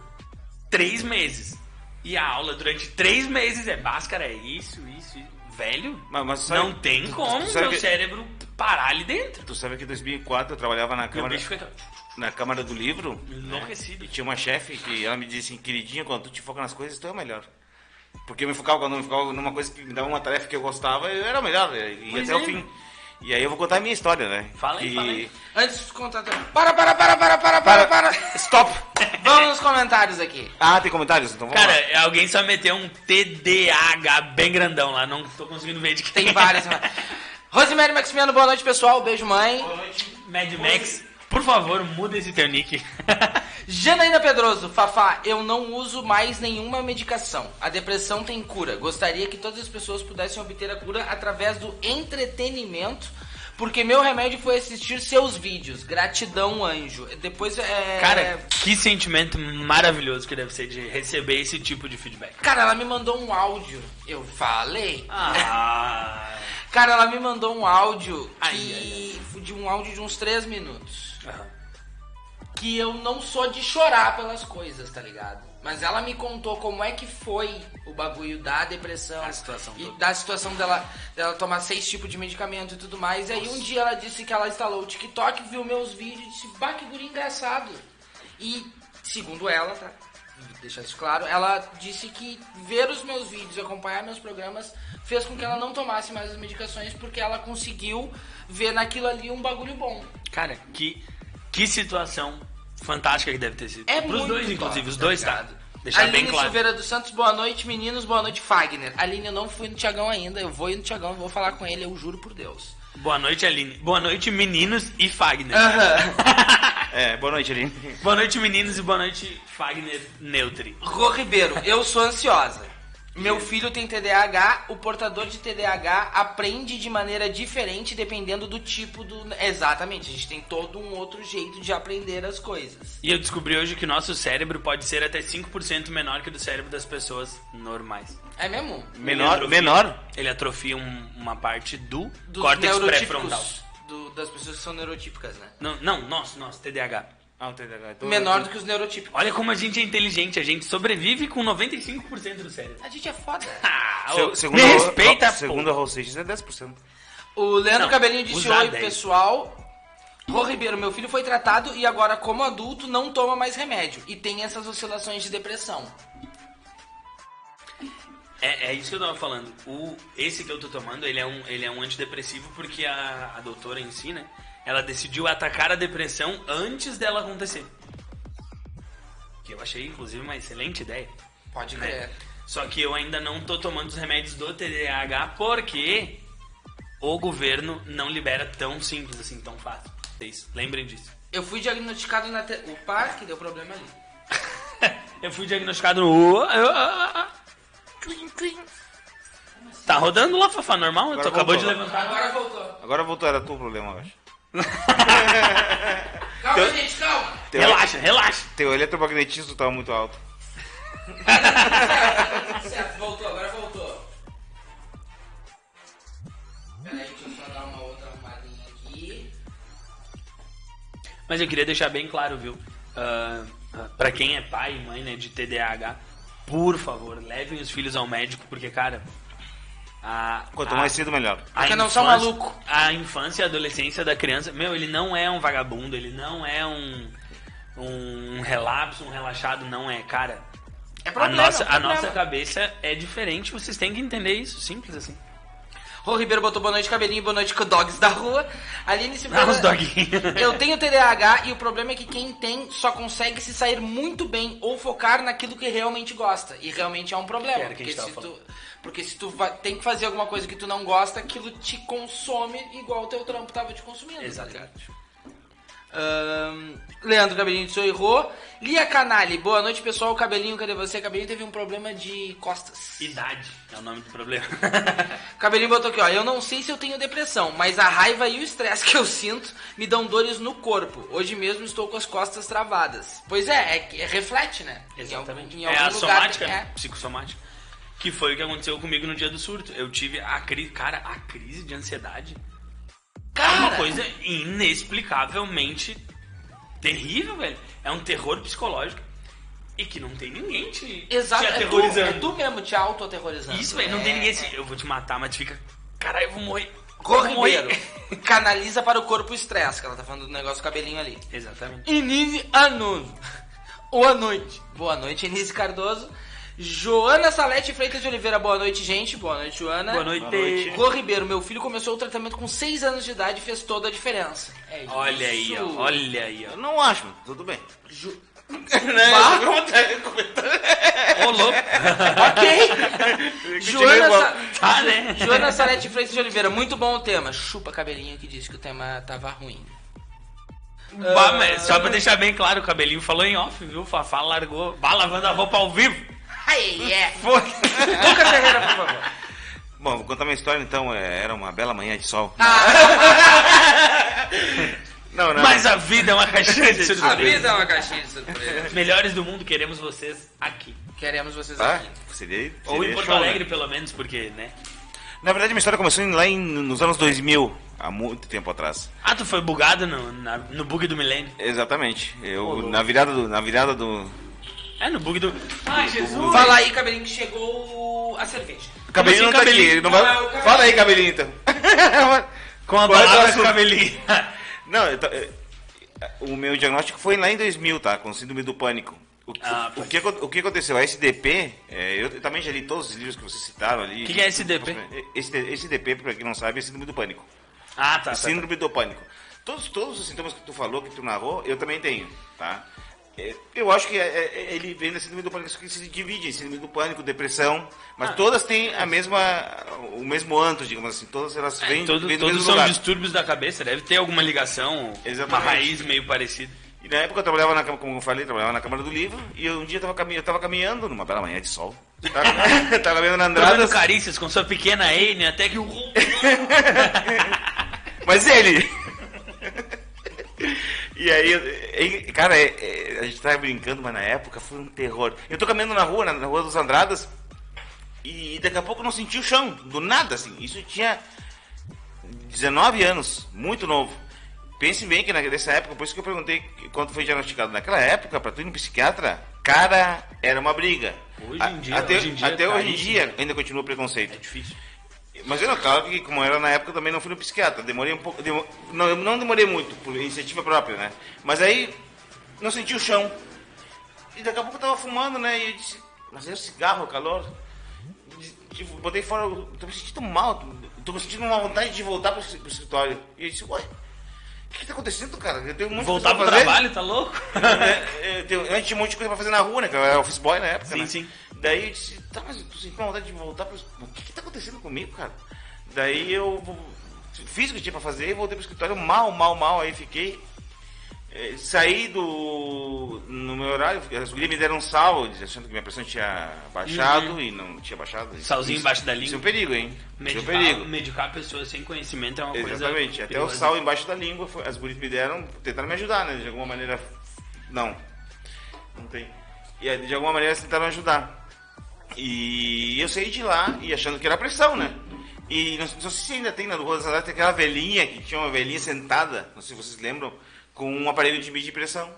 três meses e a aula durante três meses é Bhaskara é isso, isso, isso. Velho, Mas- mas sabe- não tem tu- tu- como tu sabe meu que- cérebro parar ali dentro. Tu sabe que em 2004 eu trabalhava na Meu Câmara, bicho fica na Câmara do Livro. enlouquecido. E tipo, tinha uma chefe que ela me disse assim, queridinha, quando tu te foca nas coisas, tu é o melhor. Porque eu me focava, quando eu me focava numa coisa que me dava uma tarefa que eu gostava, eu era o melhor. né? E Pois até é. o fim. E aí eu vou contar a minha história, né? Fala aí, Que- fala aí. Antes de contar. Para, para, para, para, para, para, para. Stop! Vamos nos comentários aqui. Ah, tem comentários? Então vamos lá. Cara, alguém só meteu um TDAH bem grandão lá, não tô conseguindo ver de quem. é. Tem (laughs) várias. mas- Rosemary Maximiano, boa noite, pessoal. Beijo, mãe. Mad Max, por favor, muda esse teu nick. (laughs) Janaína Pedroso, Fafá, eu não uso mais nenhuma medicação. A depressão tem cura. Gostaria que todas as pessoas pudessem obter a cura através do entretenimento, porque meu remédio foi assistir seus vídeos. Gratidão, anjo. Depois é. Cara, que sentimento maravilhoso que deve ser de receber esse tipo de feedback. Cara, ela me mandou um áudio. Eu falei. Ah, Cara, ela me mandou um áudio que... Ai, ai, de um áudio de uns 3 minutos. Que eu não sou de chorar pelas coisas, tá ligado? Mas ela me contou como é que foi o bagulho da depressão. A situação E toda. da situação dela, dela tomar seis tipos de medicamento e tudo mais. E aí um dia ela disse que ela instalou o TikTok, viu meus vídeos e disse, bah, que guri engraçado. E, segundo ela, tá? Deixar isso claro, ela disse que ver os meus vídeos, acompanhar meus programas, fez com que ela não tomasse mais as medicações porque ela conseguiu ver naquilo ali um bagulho bom. cara, que, que situação fantástica que deve ter sido. É Pros muito dois, top, inclusive, os tá dois, tá? ligado? Deixar Aline bem claro. Silveira dos Santos, boa noite, meninos, boa noite, Fagner. Aline, eu não fui no Tiagão ainda, eu vou ir no Tiagão, vou falar com ele, eu juro por Deus. Boa noite, Aline. Boa noite, meninos e Fagner. É, boa noite, Aline. Boa noite, meninos, e boa noite, Fagner Neutri. Rô Ribeiro, eu sou ansiosa. Meu filho tem TDAH, o portador de TDAH aprende de maneira diferente dependendo do tipo do. Exatamente, a gente tem todo um outro jeito de aprender as coisas. E eu descobri hoje que nosso cérebro pode ser até 5% menor que o do cérebro das pessoas normais. É mesmo? Menor, menor? Ele atrofia um- uma parte do Dos córtex neurotípicos. pré-frontal. do- das pessoas que são neurotípicas, né? Não, não, nosso, nosso, TDAH. Ah, o TDAH. Uhum. Então- Menor do que os neurotípicos. Olha como a gente é inteligente, a gente sobrevive com 95% do cérebro. A gente é foda. Ah, Se- ô, segundo me a- respeita, Segundo pô. a Raul Seixas, é 10%. O Leandro Não, Cabelinho disse usar oi, 10. pessoal. Rô Ribeiro, meu filho foi tratado e agora, como adulto, não toma mais remédio. E tem essas oscilações de depressão. É, é isso que eu tava falando. O, esse que eu tô tomando, ele é um, ele é um antidepressivo porque a, a doutora em si, né? Ela decidiu atacar a depressão antes dela acontecer. Que eu achei, inclusive, uma excelente ideia. Pode né? crer. Só que eu ainda não tô tomando os remédios do TDAH porque o governo não libera tão simples assim, tão fácil. Vocês lembrem disso. (laughs) Eu fui diagnosticado na... Te... Opa, que deu problema ali. eu fui diagnosticado no. Tá rodando lá, Fafá, normal? Agora tu acabou voltou. de levantar. Agora voltou. Agora voltou, era tu o problema, eu acho. Calma, Eu- gente, (laughs) calma. Teu, Relaxa, relaxa. Teu eletromagnetismo tava muito alto. certo, voltou, agora voltou. Peraí, deixa eu só dar uma outra arrumadinha aqui. Mas eu queria deixar bem claro, viu? Ah, ah, pra quem é pai e mãe, né, de TDAH, por favor, levem os filhos ao médico, porque, cara. A, Quanto a- mais cedo, melhor. a Porque não são infância- maluco. A infância e a adolescência da criança, meu, ele não é um vagabundo, ele não é um. Um relapso, um relaxado, não é, cara. É problema, a nossa, é a problema. nossa cabeça é diferente, vocês têm que entender isso, simples assim. Rô Ribeiro botou boa noite, cabelinho, boa noite, dogs da rua. Aline se Ah, os doguinhos. (laughs) Eu tenho TDAH e o problema é que quem tem só consegue se sair muito bem ou focar naquilo que realmente gosta. E realmente é um problema. Que era que a porque, gente se tava tu, porque se tu va- tem que fazer alguma coisa que tu não gosta, aquilo te consome igual o teu trampo tava te consumindo. tá ligado? (laughs) Exatamente. Ahn, Leandro Cabelinho de Sou errou. Lia Canali, boa noite pessoal. Cabelinho, cadê você? Cabelinho teve um problema de costas. Idade é o nome do (laughs) problema. Cabelinho botou aqui, ó. Eu não sei se eu tenho depressão, mas a raiva e o estresse (laughs) que eu sinto me dão dores no corpo. Hoje mesmo estou com as costas travadas. Pois é, é, que- é reflete, né? Em Exatamente. algum- em é a algum lugar- somática, é. psicossomática. Que foi o que aconteceu comigo no dia do surto. Eu tive a crise. Cara, a crise de ansiedade é uma Cara, coisa inexplicavelmente terrível, velho. É um terror psicológico. E que não tem ninguém te, te exato. É tu, aterrorizando. é tu mesmo te auto-aterrorizando. Isso, velho. Não É. tem ninguém assim. Eu vou te matar, mas tu fica. Caralho, eu vou morrer. Rô Eu vou morrer." Ribeiro, canaliza para o corpo o estresse, que ela tá falando do negócio do cabelinho ali. (laughs) Exatamente. Inise Anono. Boa noite. Boa noite, Inise Cardoso. Joana Salete Freitas de Oliveira, boa noite, gente. Boa noite, Joana. Boa noite. Boa noite. Rô Ribeiro, meu filho começou o tratamento com 6 anos de idade e fez toda a diferença. É isso. Olha aí, ó. (laughs) Olha aí, ó. Eu não acho, mano. Tudo bem. Ju- Né? Bah. é Ô, (laughs) louco. Tá Ok! Continua Joana, igual. Sa- Tá, né? Joana Salete Freitas de Oliveira, muito bom o tema. Chupa cabelinho que disse que o tema tava ruim. Ah. Bah, mas só pra deixar bem claro, o cabelinho falou em off, viu? Fafá largou. Vá lavando a roupa ao vivo. Ai, é. Foi. Luca Ferreira, por favor. (laughs) Bom, vou contar minha história então. É, Era uma bela manhã de sol. (laughs) Não, não. Mas a vida (laughs) é uma caixinha de A surpresa. vida é uma caixinha de surpresa. Melhores do mundo, queremos vocês aqui. Queremos vocês Tá? aqui. Seria, seria Ou em Porto show, né? Alegre, pelo menos, porque, né? Na verdade, minha história começou em- lá em- nos anos 2000, há muito tempo atrás. Ah, tu foi bugado no, na- no bug do milênio. Exatamente. Eu, louco. na virada do. Na virada do. É, no bug do... Ah, Jesus! Fala aí, cabelinho, que chegou a cerveja. Cabelinho assim, não tá cabelinho? aqui. ele Não Não, vai... é o cabelinho. Fala aí, cabelinho, (laughs) então. Com a Qual é o balada do assunto? (laughs) cabelinho. Não, eu tô- eu- o meu diagnóstico foi lá em 2000, tá? Com síndrome do pânico. O, que- Ah, o, que, acon- o que aconteceu? A SDP, é, eu também já li todos os livros que vocês citaram ali. Que que é SDP? SD- SDP, pra quem não sabe, é síndrome do pânico. ah, tá, tá, tá. Síndrome do pânico. Todos, todos os sintomas que tu falou, que tu narrou, eu também tenho, tá? É, Eu acho que é- é- ele vem da síndrome do pânico, só que se divide, síndrome do pânico, depressão, Ah. mas todas têm a mesma, o mesmo antro, digamos assim, todas elas vêm, É, Todo- vêm do todos mesmo são lugar. distúrbios da cabeça, deve ter alguma ligação, uma Exatamente. raiz meio parecida. E na época eu trabalhava na Câmara, como eu falei, trabalhava na Câmara do Livro, e eu- um dia eu tava, cami eu tava caminhando, numa bela manhã de sol, tava, tava (laughs) caminhando na Andradas, Trocando carícias com sua pequena N até que o (laughs) Mas ele. (laughs) E aí, ele- cara, é- é, a gente tava brincando, mas na época foi um terror. Eu tô caminhando na rua, na, na rua dos Andradas, e daqui a pouco eu não senti o chão, do nada, assim. Isso eu tinha 19 anos, muito novo. Pense bem que na- nessa época, por isso que eu perguntei quanto foi diagnosticado. Naquela época, pra tu ir no psiquiatra, cara, era uma briga. Hoje em A- dia, até hoje em dia é até hoje em caríssimo. É dia ainda continua o preconceito. difícil. Mas eu, não, claro que como era na época, eu também não fui no psiquiatra. Demorei um pouco. demo- não, eu não demorei muito, por iniciativa própria, né? Mas aí, não senti o chão. E daqui a pouco eu tava fumando, né? E eu disse, mas é o cigarro, o calor. Diz- Tipo, botei fora, eu tô me sentindo mal, tô- tô me sentindo uma vontade de voltar pro, es- pro escritório. E eu disse, ué, o que que tá acontecendo, cara? Eu tenho um monte de Voltar pro coisa pra fazer." trabalho, tá louco? É, é, tem- eu tinha um monte de coisa pra fazer na rua, né? Que eu era office boy na época. Sim, né? sim. Daí eu disse, tá, mas eu tô sentindo uma vontade de voltar pro. O que que tá acontecendo comigo, cara? Daí eu fiz o que tinha pra fazer, voltei pro escritório, mal, mal, mal, aí fiquei. É, saí do. no meu horário, as gurias me deram um sal, eles achando que minha pressão tinha baixado e não tinha baixado. Uhum. Salzinho Isso- embaixo da língua. Isso é um perigo, hein? Isso é um Medicar, perigo. medicar pessoas sem conhecimento é uma coisa. Exatamente, até o perigosa. sal embaixo da língua, foi- as gurias me deram, tentaram me ajudar, né? De alguma maneira. Não. Não tem. E aí, de alguma maneira elas tentaram ajudar. E eu saí de lá e achando que era pressão, né? E não, não sei se ainda tem na Rua das Andradas, tem aquela velhinha que tinha uma velhinha sentada, não sei se vocês lembram, com um aparelho de medir pressão.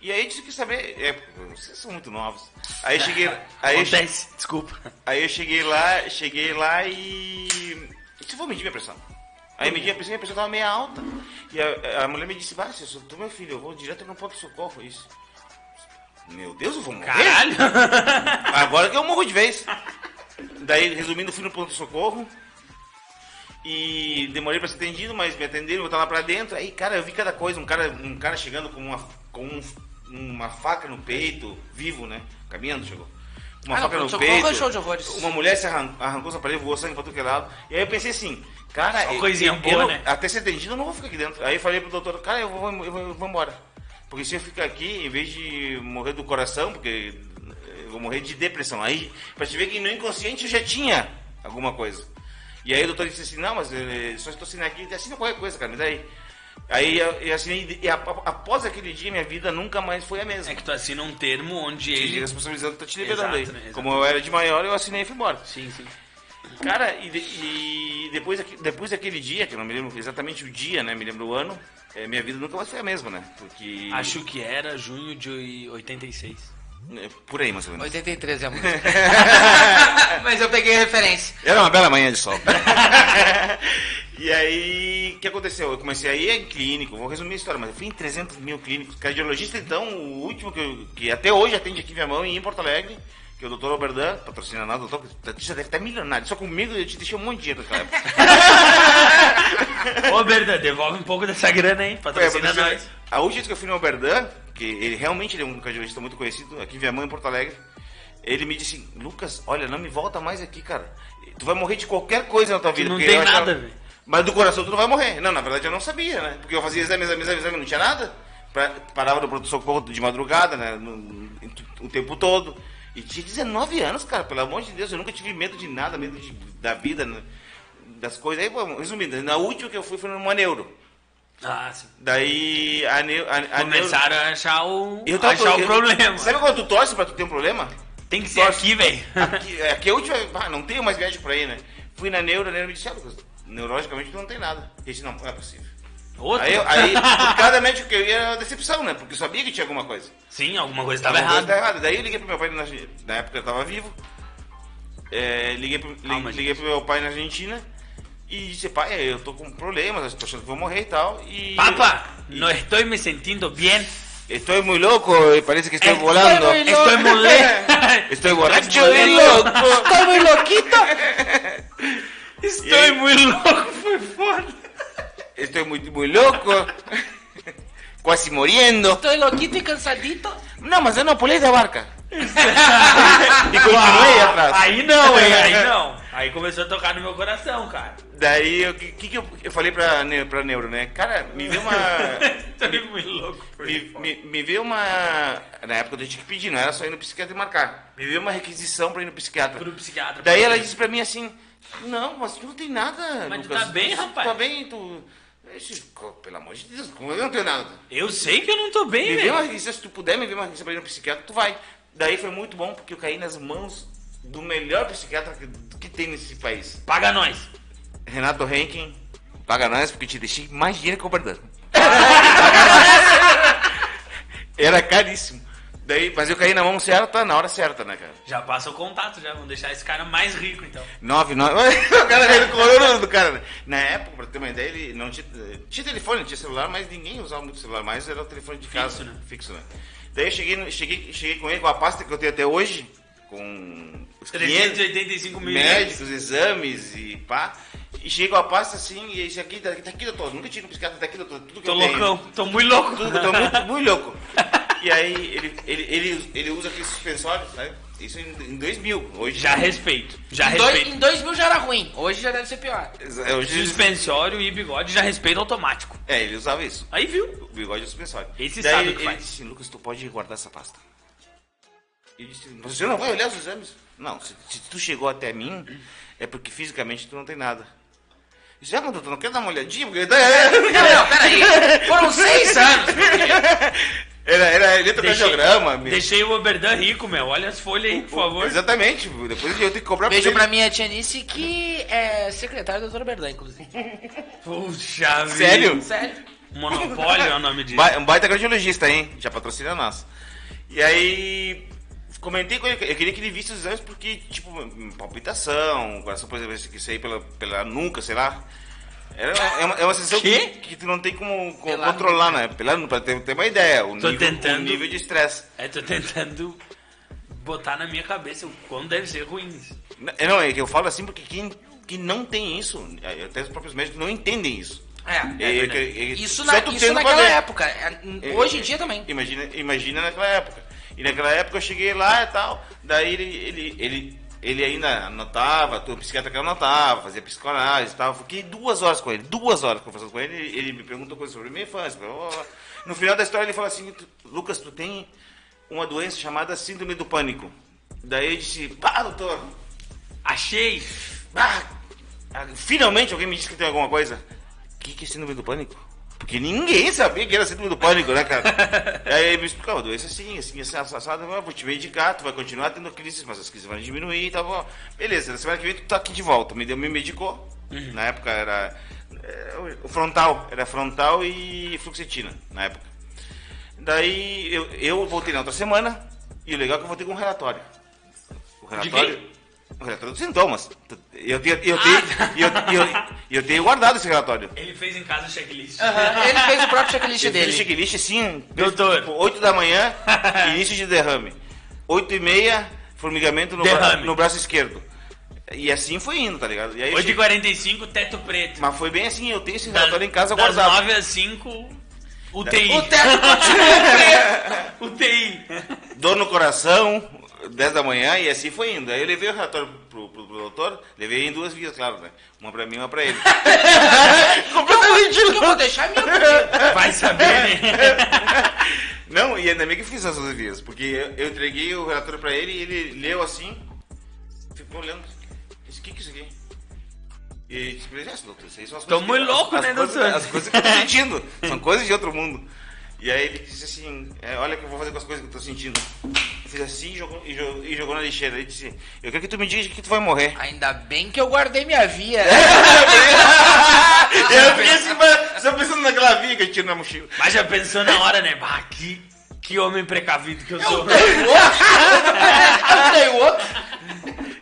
E aí eu disse que saber. É, vocês são muito novos. Aí eu cheguei. Aí eu, che- Acontece, desculpa. Aí eu cheguei lá, cheguei lá e. Se vou medir minha pressão. Aí eu medi a pressão e a pressão tava meio alta. E a, a mulher me disse, vai, se eu sou tu, meu filho, eu vou direto no ponto-socorro. Foi isso. Meu Deus, eu vou morrer? Caralho! Agora que eu morro de vez. Daí, resumindo, fui no ponto-socorro. E demorei pra ser atendido, mas me atenderam, botaram lá pra dentro. Aí, cara, eu vi cada coisa. Um cara, um cara chegando com uma, com um- uma faca no peito, vivo, né? Caminhando, chegou. Uma Ah, não, faca no pronto-socorro é peito. show de horrores. Uma mulher se arran- arrancou seu aparelho, voou sangue pra tudo que é lado. E aí eu pensei assim, cara... Só eu- coisinha eu boa, não- né? Até ser atendido, eu não vou ficar aqui dentro. Aí eu falei pro doutor, cara, eu vou, eu vou, eu vou embora. Porque se eu ficar aqui, em vez de morrer do coração, porque eu vou morrer de depressão. Aí, pra te ver que no inconsciente eu já tinha alguma coisa. E aí o doutor disse assim, não, mas eh, só estou assinando aqui, assina qualquer coisa, cara, me dá aí. Aí eu, eu assinei, e a- a- após aquele dia, minha vida nunca mais foi a mesma. É que tu assina um termo onde Te ele. responsabilizando, tô te Exato, liberando aí. né, exato. Como eu era de maior, eu assinei e fui embora. Sim, sim. Cara, e, de- e depois, daqui- depois daquele dia, que eu não me lembro exatamente o dia, né? Me lembro o ano, eh, minha vida nunca mais foi a mesma, né? Porque. Acho que era junho de 86. eh, Por aí, mais ou menos. (laughs) 83 é a música. Mas eu peguei a referência. Era uma bela manhã de sol. (laughs) e aí, o que aconteceu? Eu comecei a ir em clínico, vou resumir a história, mas eu fui em 300 mil clínicos. Cardiologista, então, o último que, eu- que até hoje atende aqui em minha mão e em Porto Alegre, que é o doutor Alberdan, patrocina nada, doutor, você já deve estar milionário. Só comigo eu te deixei um monte de dinheiro naquela época. (laughs) Ô, Berda, devolve um pouco dessa grana aí, É, patrocina patrocina- nós. A última vez que eu fui no Alberdan, que ele realmente ele é um cardiologista muito conhecido, aqui em Viamão, em Porto Alegre, ele me disse, assim, Lucas, olha, não me volta mais aqui, cara. Tu vai morrer de qualquer coisa na tua vida. não porque tem eu achava- nada, velho. Mas do coração tu não vai morrer. Não, na verdade eu não sabia, né? Porque eu fazia exame, exame, exame, exame, não tinha nada. Pra- parava no pronto-socorro de madrugada, né? no- no- o tempo todo. E tinha 19 anos, cara, pelo amor de Deus, eu nunca tive medo de nada, medo de- da vida, né? das coisas. Aí, pô, resumindo, na última que eu fui foi numa neuro. Ah, sim. Daí a, neu, a, a Começaram a achar o, neuro- Eu tava- achar eu- o problema. Sabe quando tu torce pra tu ter (laughs) um problema? Tem que ser Torce. aqui, (laughs) velho. Aqui, é, aqui a última. Ah, não tenho mais viagem pra ir, né? Fui na neuro, a neuro me disse, ah, Lucas, neurologicamente tu não tem nada. Eu disse, não, não é possível. Outro. Aí, eu- (laughs) aí por cada médico que eu ia era uma decepção, né? Porque eu sabia que tinha alguma coisa. Sim, alguma coisa estava Alguma coisa errada. tá errada. Daí eu liguei pro meu pai na, na época eu tava vivo. É, liguei, pro, li- Calma, liguei pro meu pai na Argentina e disse, pai, eu tô com problemas, tô achando que vou morrer e tal. E Papa, no estoy me sentindo bien. Estou muito louco, eh, parece que estou Estoy volando. muy loco. Estoy (laughs) mole. Estoy borracho Estoy y muy loco. loco. Tô muito louquito. E aí? Estoy muy louco, foi foda. Estoy muy, muy loco. Quase morindo. Estoy loquito e cansadito. Não, mas eu não pulei da barca. e continuei Ah, atrás. Aí não, hein? (laughs) Aí não. Aí começou a tocar no meu coração, cara. Daí, o que, que que eu, eu falei pra, ne- pra Neuro, né? Cara, me vê uma... Tô muito louco por me, isso. me, me vê uma... Na época eu tinha que pedir, não era só ir no psiquiatra e marcar. Me vê uma requisição pra ir no psiquiatra. Pro psiquiatra. Daí pra- ela disse pra mim assim: Não, mas tu não tem nada. Mas tu Lucas. tá bem, rapaz?" Tá bem, tu. Eu disse, "Co- Pelo amor de Deus, como eu não tenho nada. Eu sei que eu não tô bem, Me vê velho. uma revista, se tu puder me ver uma revista pra ir no psiquiatra, tu vai. Daí foi muito bom porque eu caí nas mãos do melhor psiquiatra que, que tem nesse país. Paga nós. Renato Henkin, paga nós porque te deixei mais dinheiro que (laughs) o Berdan. Era caríssimo. Daí, mas eu caí na mão certa, na hora certa, né, cara? Já passa o contato, já. Vamos deixar esse cara mais rico, então. 9, 9. (laughs) O cara ele colou o nome do cara. né? Na época, pra ter uma ideia, ele não tinha. Tinha telefone, não tinha celular, mas ninguém usava muito celular mais, era o telefone de casa. Fixo, né? Fixo, né? Daí eu cheguei, no- cheguei, cheguei com ele com a pasta que eu tenho até hoje, com os 500 385 mil. médicos, exames e pá. E cheguei com a pasta assim, e isso aqui, daqui, daqui doutor, nunca tinha um psiquiatra, daqui doutor, tudo que Tô eu tenho. loucão. Tô muito louco. Tudo, tô muito, muito louco. E aí ele, ele, ele, ele usa aquele suspensório, sabe? Isso em, em 2000, (laughs) hoje Já respeito. Já Em dois, respeito. em 2000 já era ruim, hoje já deve ser pior. Hoje, Suspensório e bigode já respeito automático. É, ele usava isso. Aí viu. O bigode é suspensório. Esse Daí sabe o ele, que ele faz. disse, Lucas, tu pode guardar essa pasta. Ele disse, você não vai olhar os exames? Não, se, se tu chegou até mim, é porque fisicamente tu não tem nada. Eu disse, ah, mas doutor, não quero dar uma olhadinha? Porque... Não, não, peraí. Foram seis anos. (laughs) Era, era eletrocardiograma. meu. deixei o Oberdan rico, meu. Olha as folhas aí, por favor. Exatamente, depois eu tenho que comprar Beijo ele. pra minha tia Nice, que é secretária da doutora Berdan, inclusive. Puxa vida. Sério? Sério? Monopólio é o nome disso. Ba um baita cardiologista, hein? Já patrocina nós. E aí, comentei com ele, eu queria que ele visse os exames porque, tipo, palpitação, coração, por exemplo, isso aí pela, pela nuca, sei lá. Era- É uma, é uma sensação Quê? que, que tu não tem como, como Pela controlar, né? Pela nuca, pra ter, ter uma ideia, o, Tô nível, tentando. o nível de estresse. É, tô tentando botar na minha cabeça o quão deve ser ruim. isso. N- Não, é que eu falo assim porque quem que não tem isso, é, até os próprios médicos não entendem isso. É. É, é que- verdade. é que- Isso, só na, tu isso tendo pra naquela ver. época. é, Uhum. É, Hoje é, em dia também. Imagina, imagina naquela época. E naquela época eu cheguei lá e tal. Daí ele, ele, ele, ele ainda anotava, o psiquiatra que anotava, fazia psicanálise e tal. Fiquei duas horas com ele, duas horas conversando com ele. Ele ele me perguntou coisas sobre minha infância. blá, blá, blá. No final da história ele falou assim: "Tu- Lucas, tu tem uma doença chamada síndrome do pânico. Daí eu disse: Pá, doutor, Achei! ah, ah, finalmente alguém me disse que tem alguma coisa. O que, que é síndrome do pânico? Porque ninguém sabia que era síndrome do pânico, né, cara? Aí ele me explicava, doença assim, assim, assim, assado, eu vou te medicar, tu vai continuar tendo crises, mas as crises vão diminuir e tá bom. Beleza, na semana que vem tu tá aqui de volta. Me, deu, me medicou. Na época era. é, o frontal, era frontal e fluoxetina, na época. Daí eu, eu voltei na outra semana, e o legal é que eu voltei com um relatório. O relatório. O relatório dos sintomas. Eu tenho, eu Ah, tenho, tá. eu, eu, eu tenho guardado esse relatório. Ele fez em casa o checklist. Ah, Aham, Ele fez o próprio checklist Eu fiz dele. checklist assim, Doutor. tipo, 8 (laughs) da manhã, início de derrame. 8 e meia, formigamento no, bra- Derrame. no braço esquerdo. E assim foi indo, tá ligado? E aí eu cheguei- 8h45, teto preto. Mas foi bem assim, eu É. tenho esse Da- relatório em casa das guardado. 9 às 5, UTI. O teto (laughs) continua (laughs) UTI. Dor no coração, 10 da manhã, e assim foi indo. Aí eu levei o relatório pro, pro, pro doutor, levei em duas vias, claro, né? Uma pra mim e uma pra ele. preto. Eu, eu vou deixar meu comigo. Vai saber, né? (laughs) Não, e ainda bem que eu fiz essas vias, porque eu, eu entreguei o relatório pra ele e ele leu assim, ficou olhando. Disse, o que que é isso aqui? E disse pra ele, "Ah, doutor, isso aí são as Tô coisas muito que- louco, as né, coisas- doutor?" As (laughs) coisas que eu tô sentindo, são coisas de outro mundo. E aí ele disse assim, "É, olha o que eu vou fazer com as coisas que eu tô sentindo. Eu Fiz assim e jogou, e jogou, e jogou na lixeira. Ele disse, eu quero que tu me diga que tu vai morrer. Ainda bem que eu guardei minha via. (laughs) (laughs) eu fiquei assim, mas- só pensando naquela via que eu tinha na mochila. Mas já pensou na hora, né? Bah, que, que homem precavido que eu sou. Eu dei outro.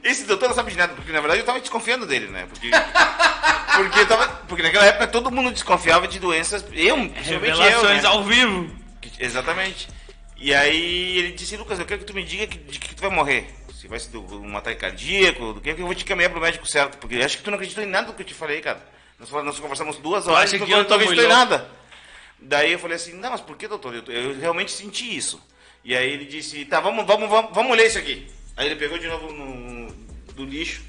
Esse doutor não sabe de nada, porque na verdade eu tava desconfiando dele, né? (laughs) Porque, porque, eu tava, porque naquela época todo mundo desconfiava de doenças. Eu, principalmente eu. Revelações né? ao vivo. Exatamente. E aí ele disse, Lucas, eu quero que tu me diga que, de que tu vai morrer. Se vai ser de um ataque cardíaco, do que que eu vou te caminhar pro médico certo, porque eu acho que tu não acreditou em nada do que eu te falei, cara. Nós, falamos- nós conversamos duas horas acha e tu que eu não tô acreditou em muito nada. Daí eu falei assim, não, mas por que, doutor? Eu, eu realmente senti isso. E aí ele disse, tá, vamos, vamos, vamos, vamos ler isso aqui. Aí ele pegou de novo no, do lixo.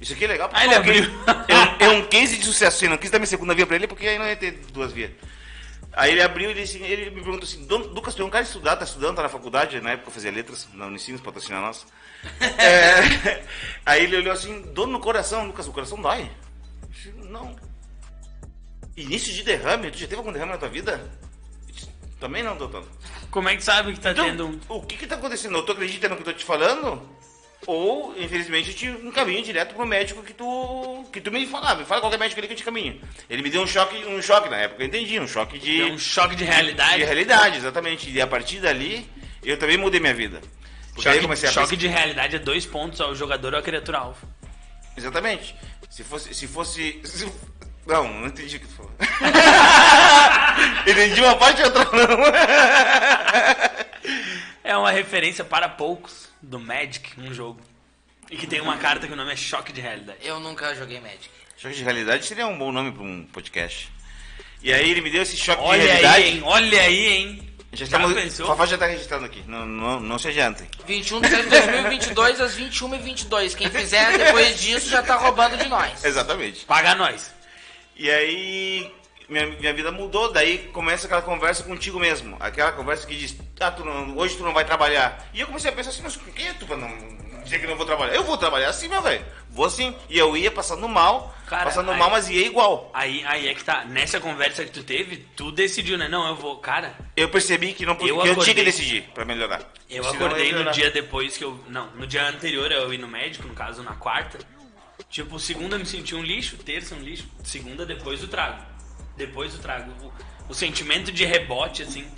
Isso aqui é legal. Ah, ele é um abriu. case- (laughs) É, um- é um case de sucesso. Eu não quis dar minha segunda via pra ele, porque aí não ia ter duas vias. Aí ele abriu e disse- ele me perguntou assim, "Don- Lucas, tu é um cara estudado, tá estudando, tá na faculdade, na época eu fazia letras, na Unicinos, patrocina (laughs) nós. É, (laughs) aí ele olhou assim, dor no coração, Lucas, o coração dói? Eu disse, Não. Início de derrame? Tu já teve algum derrame na tua vida? Eu disse, Também não, doutor. Como é que sabe que tá Então, tendo um. o que que tá acontecendo? Tu acredita no que eu tô te falando? Ou, infelizmente, eu te encaminho direto pro médico que tu, que tu me falava. Me fala qualquer médico ali que eu te encaminho. Ele me deu um choque, um choque na época, eu entendi, um choque de... É um choque de De realidade? realidade, exatamente. E a partir dali, eu também mudei minha vida. Porque aí eu comecei Choque, a choque de realidade é dois pontos ao jogador ou à criatura alvo. pensar- Exatamente. Se fosse. Se fosse. se- Não, não entendi o que (laughs) tu falou. entendi uma parte e outra não. É uma referência para poucos do Magic, um jogo. E que tem uma carta que o nome é Choque de Realidade. Eu nunca joguei Magic. choque de realidade seria um bom nome pra um podcast. E aí ele me deu esse choque de Olha realidade. aí, hein? Olha aí, hein? Já, Já estamos, pensou? o Fafá já tá registrando aqui. Não, não, não se adiantem. 21 de setembro de 2022 às 21h22. Quem fizer depois disso já tá roubando de nós. Exatamente. Paga nós. E aí minha, minha vida mudou, daí começa aquela conversa contigo mesmo. Aquela conversa que diz, ah, tu não- hoje tu não vai trabalhar. E eu comecei a pensar assim, mas quem é tu pra não dizer que não vou trabalhar? Eu vou trabalhar sim, meu velho. Vou sim. E eu ia passando mal, Cara, passando aí- mal, mas ia igual. Aí, aí é que tá. Nessa conversa que tu teve, tu decidiu, né? Não, eu vou. Cara, Eu percebi que não Eu eu, eu tinha acordei. que decidir pra melhorar. eu Senão acordei ia no melhorar. dia depois que eu. Não, no dia anterior eu ir no médico, no caso na quarta. Tipo, segunda eu me senti um lixo, terça um lixo, segunda depois o trago. Depois o trago. O, o sentimento de rebote, assim.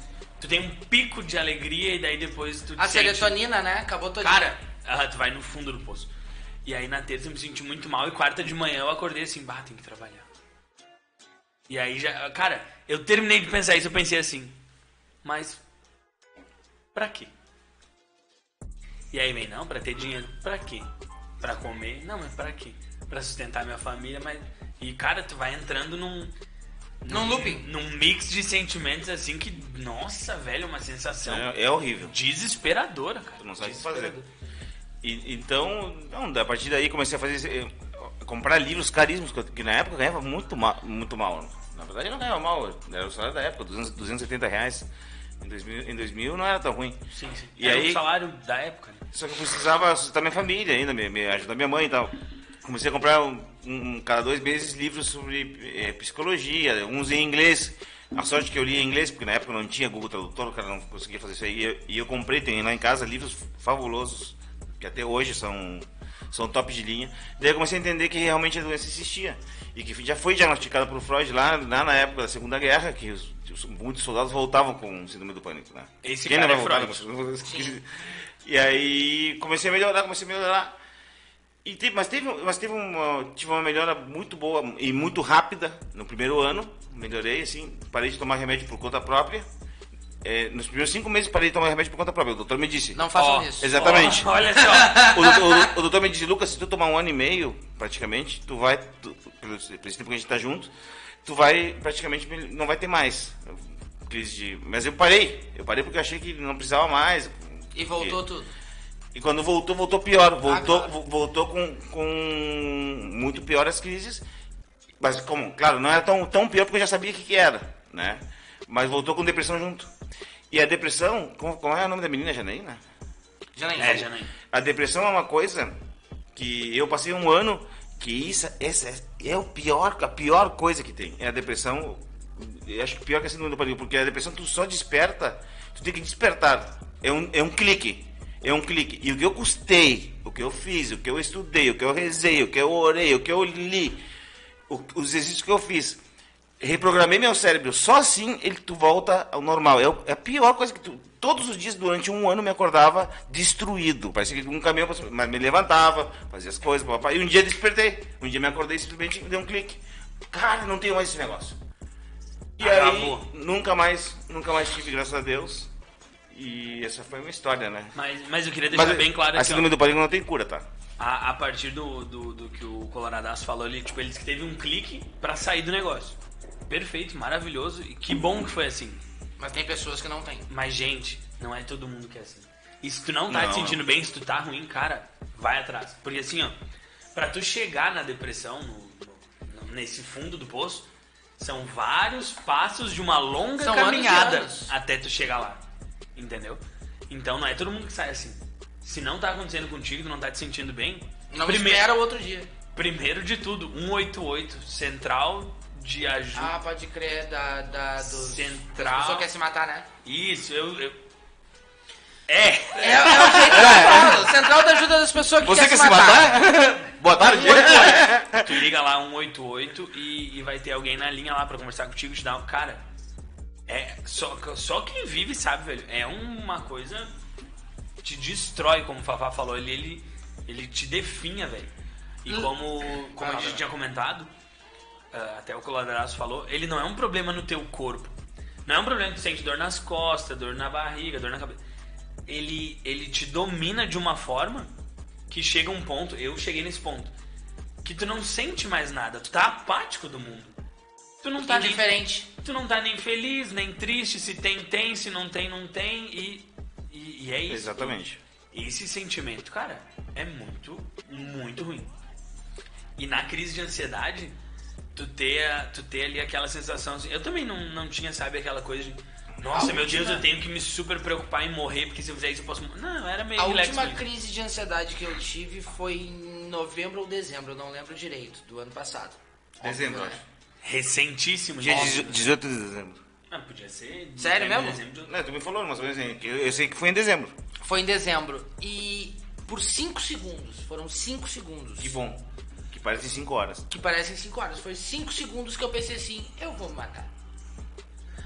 Tu tem um pico de alegria e daí depois tu A te sente- serotonina, né? Acabou todinha. Cara, ah, tu vai no fundo do poço. E aí na terça eu me senti muito mal e quarta de manhã eu acordei assim, bah, tem que trabalhar. E aí já, cara, eu terminei de pensar isso, eu pensei assim, mas pra quê? E aí vem, não, pra ter dinheiro, pra quê? Pra comer, não, mas pra quê? Pra sustentar minha família, mas... E cara, tu vai entrando num... Num looping. Num mix de sentimentos assim que, nossa, velho, uma sensação É, é horrível. desesperadora, cara. Tu não sabe o que fazer. Desesperadora. E- então, não, a partir daí comecei a fazer esse- eh, comprar livros caríssimos, que eu- que na época eu ganhava muito, ma- muito mal. Na verdade eu não ganhava mal, era o salário da época, 200, 270 reais. Em 2000, em 2000 não era tão ruim. Sim, sim. E Era aí- o salário da época, né? Só que eu precisava sustentar minha família ainda, me, me ajudar minha mãe e tal. Comecei a comprar um, um- cada dois meses livros sobre eh, psicologia, uns em inglês. A sorte que eu li em inglês, porque na época não tinha Google Tradutor, o cara não conseguia fazer isso aí. E eu, e eu comprei, tem lá em casa livros fabulosos, que até hoje são, são top de linha. Daí eu comecei a entender que realmente a doença existia. E que já foi diagnosticada por Freud lá, lá na época da Segunda Guerra, que os, os- muitos soldados voltavam com síndrome do pânico. Né? Esse Quem cara não é vai voltar, Freud. né? E aí comecei a melhorar, comecei a melhorar. E teve- mas teve, mas teve uma, tive uma melhora muito boa e muito rápida no primeiro ano. Melhorei, assim, parei de tomar remédio por conta própria. É, nos primeiros cinco meses parei de tomar remédio por conta própria. O doutor me disse. Não façam Ó, isso. Exatamente. Ó, (laughs) (laughs) olha só. O doutor, o do- o doutor me disse, Lucas, se tu tomar um ano e meio, praticamente, tu vai, tu, pelo, pelo esse tempo que a gente tá junto, tu vai, praticamente, mel- não vai ter mais crise de... Mas eu parei, eu parei porque eu achei que não precisava mais. E voltou tudo. E quando voltou, voltou pior. Voltou, Agora. vo- voltou com, com muito pior as crises. Mas, como, claro, não era tão, tão pior porque eu já sabia o que, que era, né? Mas voltou com depressão junto. E a depressão, como, qual é o nome da menina, Janaína? Janaína. É, Janaína. A depressão é uma coisa que eu passei um ano que isso, essa é é o pior, a pior coisa que tem. É a depressão. Eu acho que pior que a síndrome do pânico, porque a depressão tu só desperta, tu tem que despertar. É um, é um clique. É um clique. E o que eu custei, o que eu fiz, o que eu estudei, o que eu rezei, o que eu orei, o que eu li, o- os exercícios que eu fiz. Reprogramei meu cérebro. Só assim ele tu volta ao normal. É, o- é a pior coisa que tu. Todos os dias, durante um ano, eu me acordava destruído. Parecia que um caminhão passou, mas me levantava, fazia as coisas, papapá. E um dia despertei. Um dia me acordei e simplesmente dei um clique. Cara, não tenho mais esse negócio. E Acabou. aí, nunca mais, nunca mais tive, graças a Deus. E essa foi uma história, né? Mas, mas eu queria deixar bem claro aqui, a ó, síndrome do pânico não tem cura, tá? a, a partir do, do, do que o Coloradaço falou ali, tipo, ele disse que teve um clique pra sair do negócio. perfeito, maravilhoso. E que bom que foi assim. Mas tem pessoas que não tem. Mas, gente, não é todo mundo que é assim. E se tu não tá Não. te sentindo bem, se tu tá ruim, cara, vai atrás. Porque assim, ó, pra tu chegar na depressão, no- no- nesse fundo do poço, são vários passos de uma longa São caminhada anos e anos. até tu chegar lá. Entendeu? Então não é todo mundo que sai assim. Se não tá acontecendo contigo, tu não tá te sentindo bem, Não primeiro, espera o outro dia. primeiro de tudo, 188, central de ajuda. Ah, pode crer, da, da, dos... Hum. Central. A pessoa quer se matar, né? Isso, eu- eu... É! É, é o jeito que eu falo. Central da ajuda das pessoas que Você quer quer se matar? (laughs) Boa tarde. (laughs) Tu liga lá 188 e, e vai ter alguém na linha lá pra conversar contigo e te dar um. Cara, é. Só, só quem vive sabe, velho. É uma coisa. Te destrói, como o Fafá falou. Ele, ele, ele te definha, velho. E como, como a gente tinha comentado, ah, até o Coladraço falou, ele não é um problema no teu corpo. Não é um problema que tu sente dor nas costas, dor na barriga, dor na cabeça. Ele, ele te domina de uma forma que chega um ponto, eu cheguei nesse ponto, que tu não sente mais nada, tu tá apático do mundo. Tu não tá Tá nem, diferente. tu não tá nem feliz, nem triste, se tem, tem, se não tem, não tem, e, e, e é isso. Exatamente. Esse sentimento, cara, é muito, muito ruim. E na crise de ansiedade, tu ter, a- tu ter ali aquela sensação assim. Eu também não, não tinha, sabe, aquela coisa de. Nossa, A meu Deus, última- eu tenho que me super preocupar em morrer, porque se eu fizer isso eu posso. mo-" Não, era meio A relax. última mesmo. crise de ansiedade que eu tive foi em novembro ou dezembro, eu não lembro direito, do ano passado. Dezembro, Óbvio, né? acho. Recentíssimo, Dia gente. 18 de dezembro. Ah, podia ser. de Sério novembro, mesmo? dezembro. Não, tu me falou, mas eu, eu sei que foi em dezembro. Foi em dezembro. E por 5 segundos, foram 5 segundos. Que bom. Que parecem 5 horas. Que parecem 5 horas. Foi 5 segundos que eu pensei assim, eu vou me matar.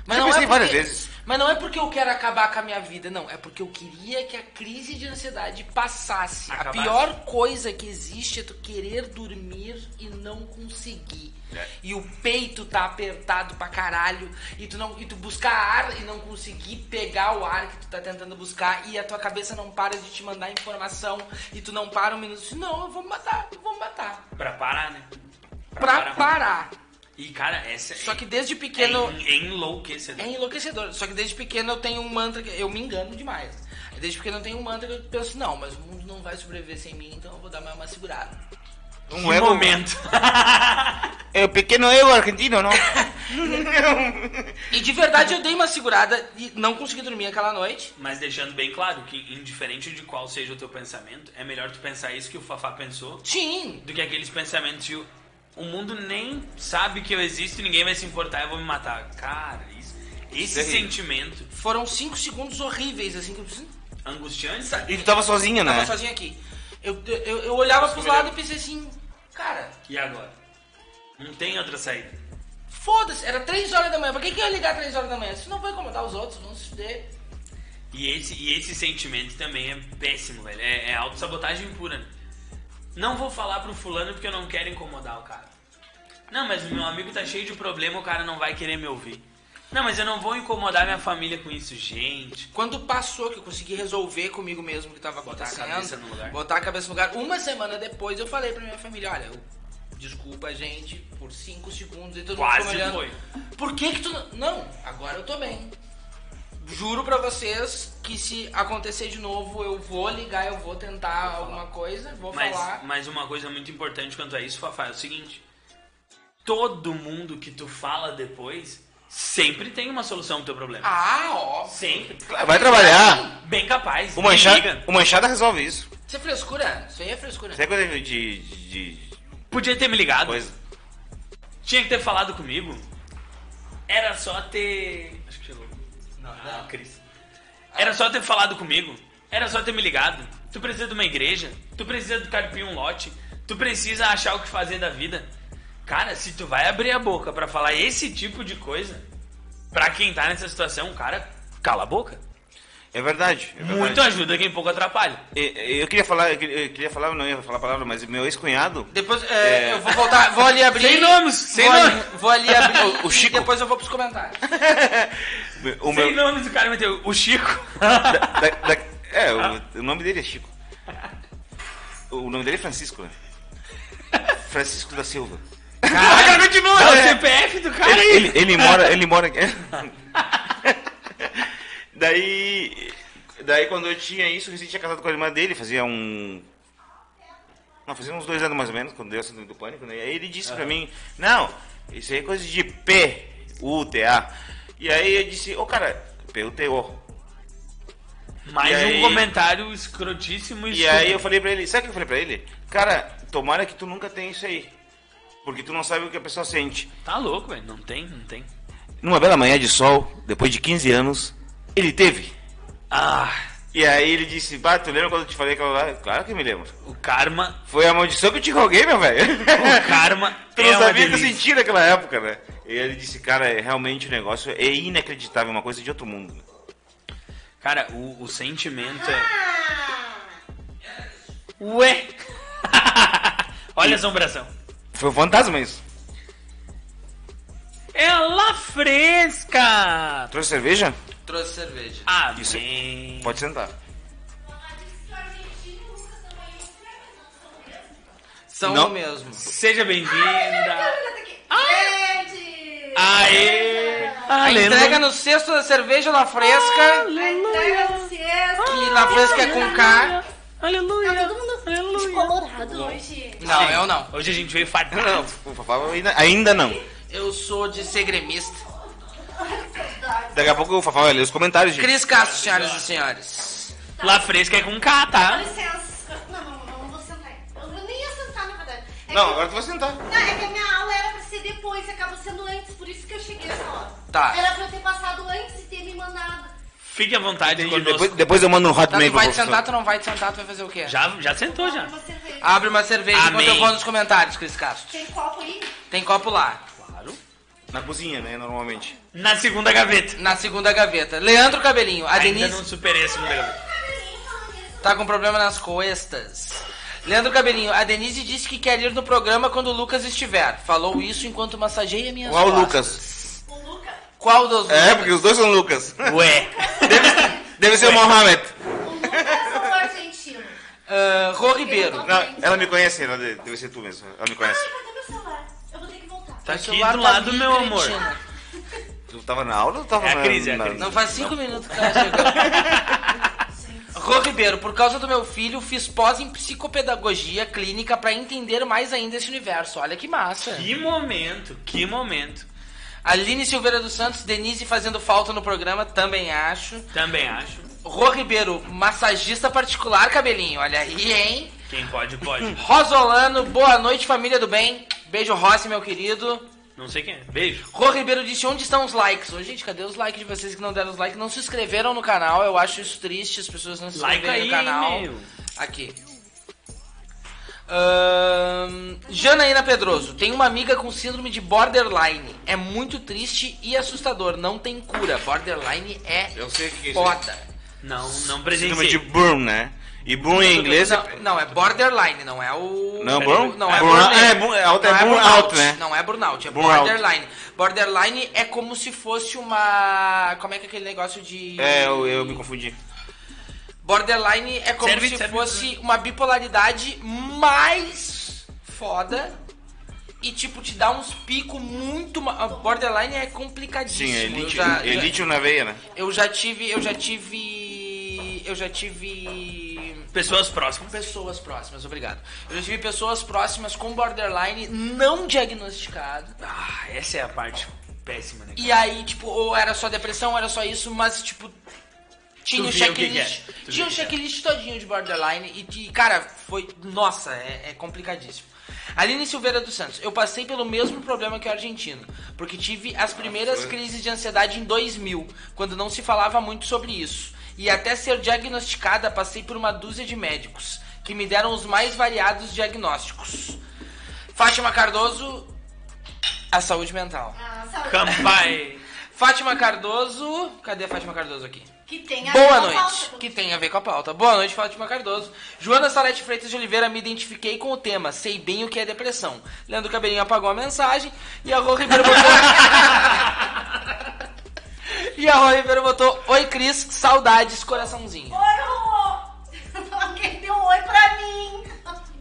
Já pensei várias vezes. mas não é porque eu quero acabar com a minha vida, não. É porque eu queria que a crise de ansiedade passasse. Acabasse. A pior coisa que existe é tu querer dormir e não conseguir. É. E o peito tá apertado pra caralho. E tu, não, e tu buscar ar e não conseguir pegar o ar que tu tá tentando buscar. E a tua cabeça não para de te mandar informação. E tu não para um minuto. assim, Não, eu vou me matar, eu vou me matar Pra parar, né? pra parar. E, cara, essa Só é, que desde é pequeno en- enlouquecedor. é enlouquecedor. Só que desde pequeno eu tenho um mantra que eu me engano demais. Desde pequeno eu tenho um mantra que eu penso, não, mas o mundo não vai sobreviver sem mim, então eu vou dar mais uma segurada. Um Que é momento. (laughs) É o pequeno eu argentino, (laughs) não? E de verdade eu dei uma segurada e não consegui dormir aquela noite. Mas deixando bem claro que, indiferente de qual seja o teu pensamento, é melhor tu pensar isso que o Fafá pensou Sim, do que aqueles pensamentos de o mundo nem sabe que eu existo, ninguém vai se importar, eu vou me matar. Cara, isso, é esse Terrível. sentimento foram cinco segundos horríveis, assim, que eu disse, angustiante E tu tava sozinho, né? tava sozinho aqui. Eu, eu, eu olhava pros Descobriu. lados e pensei assim, cara, E agora? Não tem outra saída. foda-se, era três horas da manhã, pra que, que eu ia ligar três horas da manhã? Isso não vai incomodar os outros, vão se fuder. E esse, e esse sentimento também é péssimo, velho. É, é autossabotagem pura. né? Não vou falar pro fulano porque eu não quero incomodar o cara. Não, mas o meu amigo tá cheio de problema, o cara não vai querer me ouvir. Não, mas eu não vou incomodar minha família com isso, gente. Quando passou, que eu consegui resolver comigo mesmo o que tava Botar a acontecendo, cabeça no lugar. botar a cabeça no lugar, uma semana depois eu falei pra minha família, olha, eu- desculpa, gente, por cinco segundos e todo Quase mundo ficou me olhando. Por que que tu não... Não, agora eu tô bem. Juro pra vocês que se acontecer de novo, eu vou ligar, eu vou tentar alguma coisa, vou Mas, falar. mas uma coisa muito importante quanto a isso, Fafá, é o seguinte: todo mundo que tu fala depois sempre tem uma solução pro teu problema. Ah, ó. Sempre. Vai trabalhar. Bem capaz. O me manchada, liga. o manchada resolve isso. Isso é frescura, isso aí é frescura. Isso é coisa de, de, de Podia ter me ligado. coisa. Tinha que ter falado comigo. Era só ter. Acho que chegou. Não, não, Cris. Era só ter falado comigo. Era só ter me ligado. Tu precisa de uma igreja. Tu precisa do carpir um lote. Tu precisa achar o que fazer da vida. Cara, se tu vai abrir a boca pra falar esse tipo de coisa, pra quem tá nessa situação, cara, cala a boca. É verdade. É verdade. Muito ajuda quem pouco atrapalha. E- e Eu queria falar, eu queria, eu queria falar, não ia falar a palavra, mas meu ex-cunhado, Depois é, eu vou voltar, vou ali abrir. Sem nomes, sem vou, ali- nomes. Vou ali abrir. (laughs) O- o Chico. E depois eu vou pros comentários. o Sem meu, nomes o cara meteu. O Chico. da- da- é, o, o nome dele é Chico. (laughs) O nome dele é Francisco. né? Francisco da Silva. Caralho, cara continua. É (laughs) o é. CPF do cara Ele, aí. ele, ele mora, ele mora aqui. (laughs) daí, daí quando eu tinha isso, o Vicente tinha casado com a irmã dele, fazia um não, fazia uns dois anos mais ou menos, quando deu a síndrome do pânico, né? E aí ele disse pra mim, não, isso aí é coisa de P, U, T, A. E aí eu disse, ô cara, P, U, T, O. Mais E um aí- comentário escrotíssimo E escroto. aí eu falei pra ele, sabe o que eu falei pra ele? Cara, tomara que tu nunca tenha isso aí. Porque tu não sabe o que a pessoa sente. Tá louco, velho. Não tem, não tem. Numa bela manhã de sol, depois de 15 anos, ele teve. Ah, E aí ele disse, bah, tu lembra quando eu te falei aquela lá? Claro que me lembro. o karma. Foi a maldição que eu te roguei, meu velho. O (laughs) karma. Tu não é uma sabia o que eu delícia. sentia naquela época, né? E ele disse, cara, é, realmente o negócio é inacreditável, uma coisa de outro mundo. Cara, o, o sentimento é. Ué! (laughs) Olha a assombração. Foi um fantasma isso. Ela fresca! Trouxe cerveja? Trouxe cerveja. Amém. Isso. Pode sentar. São Não. o mesmo. Seja bem-vinda. Ai! Aê! Ah, A entrega no cesto da cerveja La Fresca. Entrega no cesto. E La Fresca é com K. Aleluia! Tá todo mundo descolorado hoje. Não, eu não. Hoje a gente veio fardado. Não, o Fafá ainda, ainda não. Eu sou de ser gremista. Daqui a pouco o Fafá vai ler os comentários, gente. Cris Castro, senhoras e senhores. Lá fresca é com K, Dá tá? licença. Não, não, não vou sentar. Eu nem ia sentar, na verdade. É Não, que- agora tu vai sentar. Não, é que a minha aula era pra ser depois, acabou sendo antes, por isso que eu cheguei essa hora. Tá. Era pra eu ter passado antes e ter me mandado. Fique à vontade Entendi. conosco. Depois, depois eu mando um Tá, hotmail tu pro vai te sentar, professor. tu não vai te sentar, tu vai fazer o quê? Já, já sentou, já. Pra você ver. Abre uma cerveja Amém. enquanto eu vou nos comentários, Cris Castro. Tem copo aí? Tem copo lá. Claro. Na cozinha, né, normalmente. Na segunda gaveta. Na segunda gaveta. Leandro Cabelinho, a Ainda Denise não superei a segunda gaveta. tá com problema nas costas. Leandro Cabelinho, a Denise disse que quer ir no programa quando o Lucas estiver. Falou isso enquanto massageia minhas Qual o costas. Lucas? O Lucas. Qual dos É, Lucas? porque os dois são Lucas. Ué. Deve, deve ser o Mohamed. O Lucas é o argentino. Ah, Rô Ribeiro. Não, ela me conhece, ela de- deve ser tu mesmo. Ela me Ai, conhece. cadê meu celular? Eu vou ter que voltar. Tá Meu aqui celular do lado, livre, meu amor. Tina. Tu tava na aula ou tava É a na... crise, é a na- crise. Não faz cinco minutos que ela chegou. (laughs) Rô Ribeiro, por causa do meu filho, fiz pós em psicopedagogia clínica pra entender mais ainda esse universo. Olha que massa. Que momento, que momento. Aline Silveira dos Santos, Denise fazendo falta no programa, também acho. Também acho. Rô Ribeiro, massagista particular, cabelinho. Olha aí, hein? Quem pode, pode. Rosolano, boa noite, família do bem. Beijo, Rossi, meu querido. Não sei quem é. Beijo. Rô Ribeiro disse: onde estão os likes? Ô, gente, cadê os likes de vocês que não deram os likes? Não se inscreveram no canal. Eu acho isso triste, as pessoas não se Like inscreverem no aí, canal. meu. Aqui. Ahn, Janaína Pedroso, tem uma amiga com síndrome de borderline. É muito triste e assustador. Não tem cura. Borderline é Eu sei o que que é isso aí. foda. Não, não Síndrome presenciei. de Broom, né? E Broom em inglês é... não, não, é borderline, não é o. Não, burn- Não é burn- burnout. é, burn- é out- é Não burnout, né? Não é burnout, é Burnout. borderline. Borderline é como se fosse uma. Como é que é aquele negócio de. É, eu, eu me confundi. Borderline é como Serve- se serve- fosse uma bipolaridade mais foda e tipo te dá uns picos muito ma... Borderline é complicadíssimo. Sim, é eu, lítio, já, é lítio na veia, né? eu já tive, eu já tive, eu já tive Pessoas próximas. pessoas próximas, obrigado. Eu já tive pessoas próximas com borderline não diagnosticado. Ah, essa é a parte péssima, né? E aí, tipo, ou era só depressão, ou era só isso, mas, tipo, tinha Tu um via o que que checklist. é. Tu Tinha um via o que que checklist todinho de borderline e que, cara, foi. Nossa, é, é complicadíssimo. Aline Silveira dos Santos, eu passei pelo mesmo problema que o argentino, porque tive Ah, as primeiras crises de ansiedade em 2000, quando não se falava muito sobre isso. E até ser diagnosticada, passei por uma dúzia de médicos, que me deram os mais variados diagnósticos. Fátima Cardoso, a saúde mental. Ah, saúde. Campai. Fátima Cardoso. Cadê a Fátima Cardoso aqui? Que tem a Boa ver com a noite. falta. Que tem a ver com a pauta. Boa noite, Fátima Cardoso. Joana Salete Freitas de Oliveira, me identifiquei com o tema. Sei bem o que é depressão. Leandro Cabelinho apagou a mensagem e a Rô Ribeiro botou. (laughs) e a Rô Ribeiro botou: Oi, Cris, saudades, coraçãozinho. (laughs) Oi, Rô! Alguém deu um oi pra mim!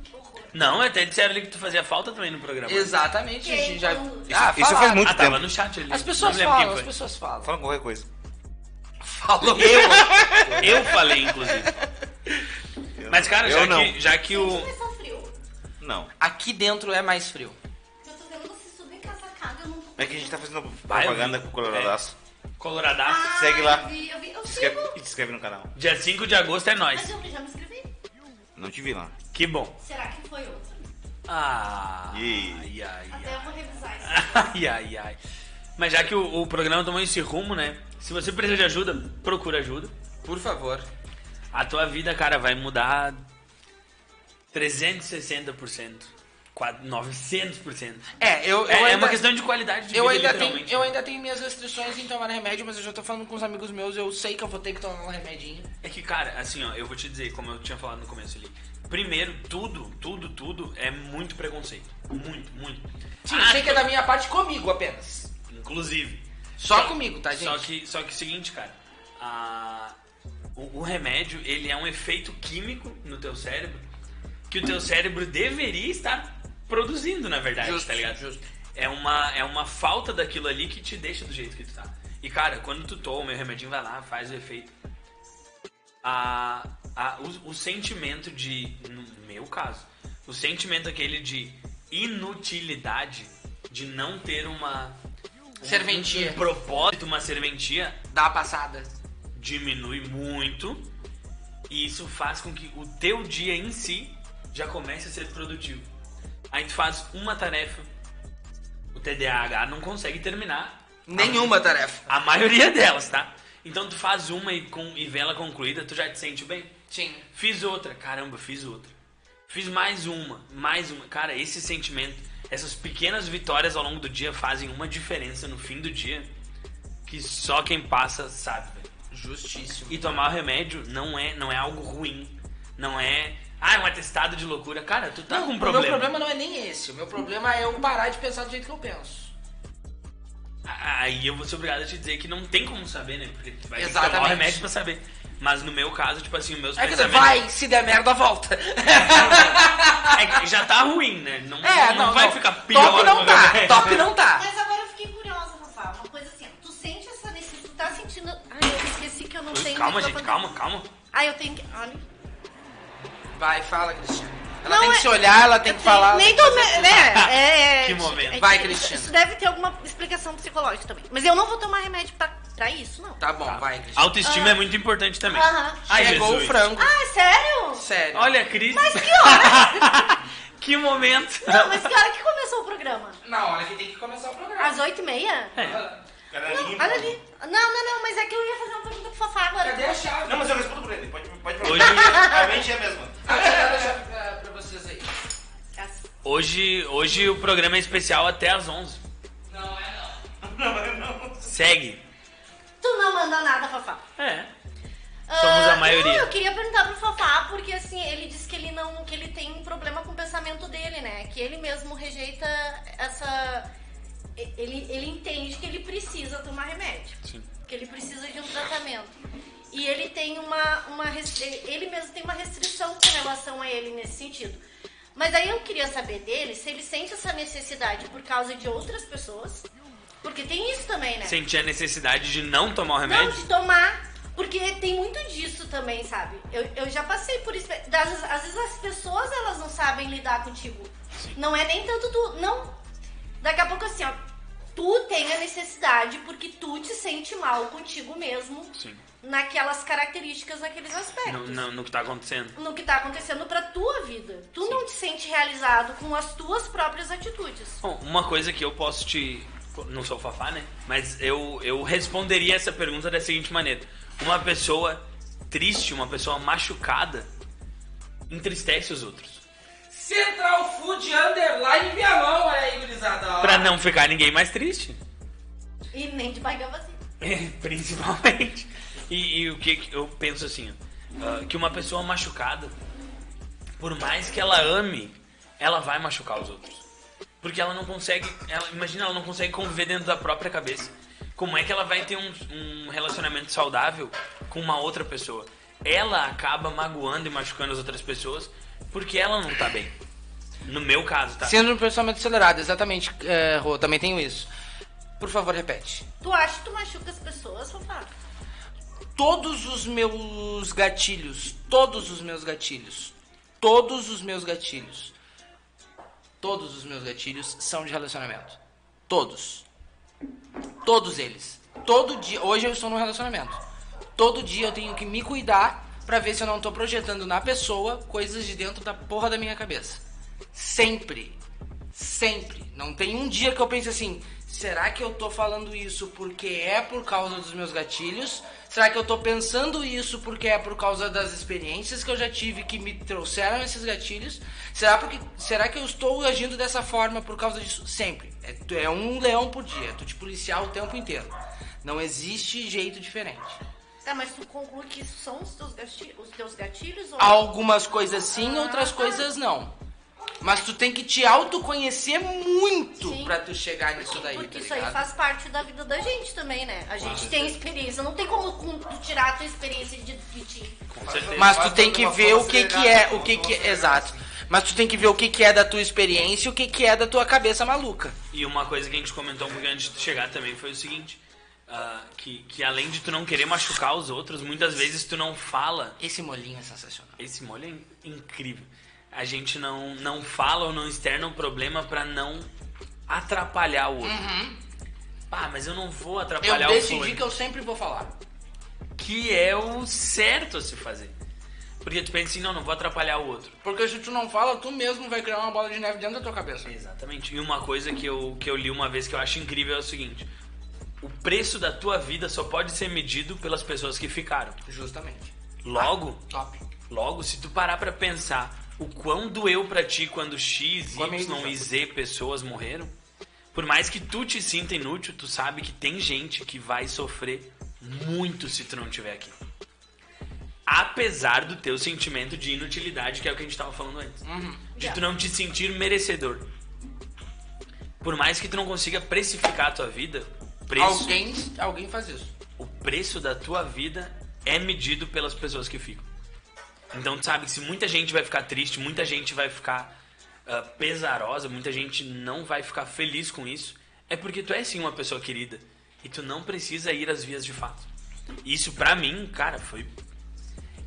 Que horror. Não, até disseram ali que tu fazia falta também no programa. Exatamente, a gente já. Isso- Ah, isso faz falaram. muito Ah, tava tempo. no chat ali. As pessoas Não me lembro falam, as quem pessoas falam. Fala qualquer coisa. Falou. foi. Eu falei, inclusive. Mas, cara, Eu já não. que, já que o. Mas tá frio. Não. Aqui dentro é mais frio. Eu tô vendo vocês tudo encasacado, eu não tô... É que a gente tá fazendo Vai, propaganda eu vi. com o Coloradaço. Coloradaço. Ah, Segue lá. Eu vi, eu vi. Eu Se vi. inscreve, não. e se inscreve no canal. Dia 5 de agosto é Mas nós. eu já me inscrevi. Não te vi lá. Que bom. Será que foi outro? Ah. E- Ai, ai, (laughs) Até eu vou revisar isso. ai. ai, ai. Mas já que o, o programa tomou esse rumo, né? Se você precisa de ajuda, procura ajuda. Por favor. A tua vida, cara, vai mudar 360%. quad- 900%. É, eu, eu É, é ainda- uma questão de qualidade de Eu vida, ainda, tenho, literalmente. né? eu ainda tenho minhas restrições em tomar remédio, mas eu já tô falando com os amigos meus, eu sei que eu vou ter que tomar um remedinho. É que, cara, assim, ó, eu vou te dizer, como eu tinha falado no começo ali. Primeiro, tudo, tudo, tudo é muito preconceito. Muito, muito. Sim, Ah, sei que é da minha parte comigo apenas. Inclusive. Só comigo, tá, gente? Só que, só que é o seguinte, cara. a- o, o remédio, ele é um efeito químico no teu cérebro que o teu cérebro deveria estar produzindo, na verdade, Justo, tá ligado? justo. É uma, é uma falta daquilo ali que te deixa do jeito que tu tá. E, cara, quando tu toma, o remedinho vai lá, faz o efeito. A, a, o, o sentimento de, no meu caso, o sentimento aquele de inutilidade, de não ter uma... um- Serventia. Um, propósito, uma serventia, Dá uma passada. diminui muito. E isso faz com que o teu dia em si já comece a ser produtivo. Aí tu faz uma tarefa. O TDAH não consegue terminar Nenhuma tarefa. a maioria (laughs) delas, tá? Então tu faz uma e, com, e vê ela concluída, tu já te sente bem. Sim. Fiz outra, caramba, fiz outra. Fiz mais uma, mais uma. Cara, esse sentimento, essas pequenas vitórias ao longo do dia fazem uma diferença no fim do dia que só quem passa sabe, velho. Justíssimo. E tomar o remédio não é, não é algo ruim. Não é. Ah, é um atestado de loucura. Cara, tu tá com um O meu problema. problema não é nem esse. O meu problema é eu parar de pensar do jeito que eu penso. A- Aí eu vou ser obrigado a te dizer que não tem como saber, né? Porque tu vai ter que tomar o Exatamente. remédio pra saber. Mas no meu caso, tipo assim, os meus É que pensamentos. vai, se der merda, (laughs) volta. É que já tá ruim, né? Não, É, não, não, vai não. ficar pior. É. Top não com o tá, remédio. top não tá. Mas agora eu fiquei curiosa, Rafa. Uma coisa assim, ó, tu sente essa necessidade, tu tá sentindo... Ai, eu esqueci que eu não tenho... Calma, gente, microfone. calma, calma. Ai, eu tenho que... Olha. Vai, fala, Cristiano. Ela Não, tem que é- se olhar, ela tem que falar. Nem tomei, né? (laughs) É, é, Que momento. é- Vai, é- Cristina. Isso deve ter alguma explicação psicológica também. Mas eu não vou tomar remédio pra, pra isso, não. Tá bom, vai, Cristiano. Autoestima é muito importante também. Ah. Aham. Ai, Chegou Jesus. o frango. Ah, sério? Sério. Olha, Cris. Mas que (laughs) que momento. Não, mas que hora que começou o programa? Na hora que tem que começar o programa. Às oito e meia? Cara, Não, limpa. olha ali. Não, não, não, mas é que eu ia fazer uma pergunta pro Fafá agora. Cadê a chave? Não, mas eu respondo pra ele. Pode, pode falar. Hoje- A mente é a mesma. Ah, deixa eu chave pra, pra vocês aí. Hoje, hoje o programa é especial até às 11. Não é não. (laughs) Segue. Tu não mandou nada, Fafá. É. Ah, Somos a maioria. Não, eu queria perguntar pro Fafá, porque assim, ele disse que ele não. que ele tem um problema com o pensamento dele, né? Que ele mesmo rejeita essa. e- Ele, ele entende que ele precisa tomar remédio. Sim. Que ele precisa de um tratamento. E ele tem uma. uma res- ele mesmo tem uma restrição com relação a ele nesse sentido. Mas aí eu queria saber dele se ele sente essa necessidade por causa de outras pessoas. Porque tem isso também, né? Sentir a necessidade de não tomar o Não, remédio? de tomar. Porque tem muito disso também, sabe? Eu, eu já passei por isso. Às vezes, às vezes as pessoas elas não sabem lidar contigo. Não é nem tanto tu. Não. Daqui a pouco assim, ó. Tu tem a necessidade porque tu te sente mal contigo mesmo. Sim. Naquelas características, naqueles aspectos No, no- no que tá acontecendo. no que tá acontecendo pra tua vida. Tu não te sente realizado com as tuas próprias atitudes. Bom, uma coisa que eu posso te. Não sou o Fafá, né? Mas eu, eu responderia essa pergunta da seguinte maneira: Uma pessoa triste, uma pessoa machucada, entristece os outros. Central Food Underline Viamão, olha aí, gurizada. ó. Pra não ficar ninguém mais triste. E nem de barriga vazia. É, (laughs) Principalmente. E, e o que que eu penso assim, ó, ah, que uma pessoa machucada, por mais que ela ame, ela vai machucar os outros. Porque ela não consegue, ela, imagina, ela não consegue conviver dentro da própria cabeça. Como é que ela vai ter um, um relacionamento saudável com uma outra pessoa? Ela acaba magoando e machucando as outras pessoas porque ela não tá bem. No meu caso, tá? Síndrome do pensamento um acelerado, exatamente, é, Rô, também tenho isso. Por favor, repete. Tu acha que tu machuca as pessoas, Fafá? Todos os meus gatilhos, todos os meus gatilhos, todos os meus gatilhos, todos os meus gatilhos são de relacionamento. Todos. Todos eles. Todo dia, hoje eu estou num relacionamento. Todo dia eu tenho que me cuidar pra ver se eu não tô projetando na pessoa coisas de dentro da porra da minha cabeça. Sempre. Sempre. Não tem um dia que eu pense assim, será que eu tô falando isso porque é por causa dos meus gatilhos? Será que eu tô pensando isso porque é por causa das experiências que eu já tive que me trouxeram esses gatilhos? Será, porque, será que eu estou agindo dessa forma por causa disso? Sempre. É, tu- é um leão por dia. Tu te policiar o tempo inteiro. Não existe jeito diferente. Tá, mas tu conclui que isso são os teus gatilhos, os teus gatilhos ou... Algumas coisas sim, outras coisas não. Mas tu tem que te autoconhecer muito Sim. pra tu chegar nisso daí, Porque tá isso aí ligado? faz parte da vida da gente também, né? A gente tem experiência. Não tem como com- tu tirar a tua experiência de, de ti. Com certeza. Mas tu Faz tem uma que forma ver o que que é, acelerada, o que uma que forma exato. Mas tu tem que ver o que que é da tua experiência e o que que é da tua cabeça maluca. E uma coisa que a gente comentou um pouquinho antes de chegar também foi o seguinte: ah, que, que além de tu não querer machucar os outros, muitas vezes tu não fala. Esse molinho é sensacional. Esse molho é in- incrível. A gente não, não fala ou não externa o problema pra não atrapalhar o outro. Pá, mas eu não vou Uhum. Eu atrapalhar o decidi fulano. que eu sempre vou falar. Que é o certo a se fazer. Porque tu pensa assim, não, não vou atrapalhar o outro. Porque se tu não fala, tu mesmo vai criar uma bola de neve dentro da tua cabeça. Exatamente. E uma coisa que eu, que eu li uma vez que eu acho incrível é o seguinte: o preço da tua vida só pode ser medido pelas pessoas que ficaram. Justamente. Logo, Top. logo, se tu parar pra pensar o quão doeu pra ti quando X, Com amigos, Y né? e Z pessoas morreram, por mais que tu te sinta inútil, tu sabe que tem gente que vai sofrer muito se tu não estiver aqui. Apesar do teu sentimento de inutilidade, que é o que a gente tava falando antes. Uhum. De tu não te sentir merecedor. Por mais que tu não consiga precificar a tua vida, o preço, Alguém, alguém faz isso. o preço da tua vida é medido pelas pessoas que ficam. Então, tu sabe que se muita gente vai ficar triste, muita gente vai ficar ah, pesarosa, muita gente não vai ficar feliz com isso, é porque tu é sim uma pessoa querida e tu não precisa ir às vias de fato. Isso pra mim, cara, foi.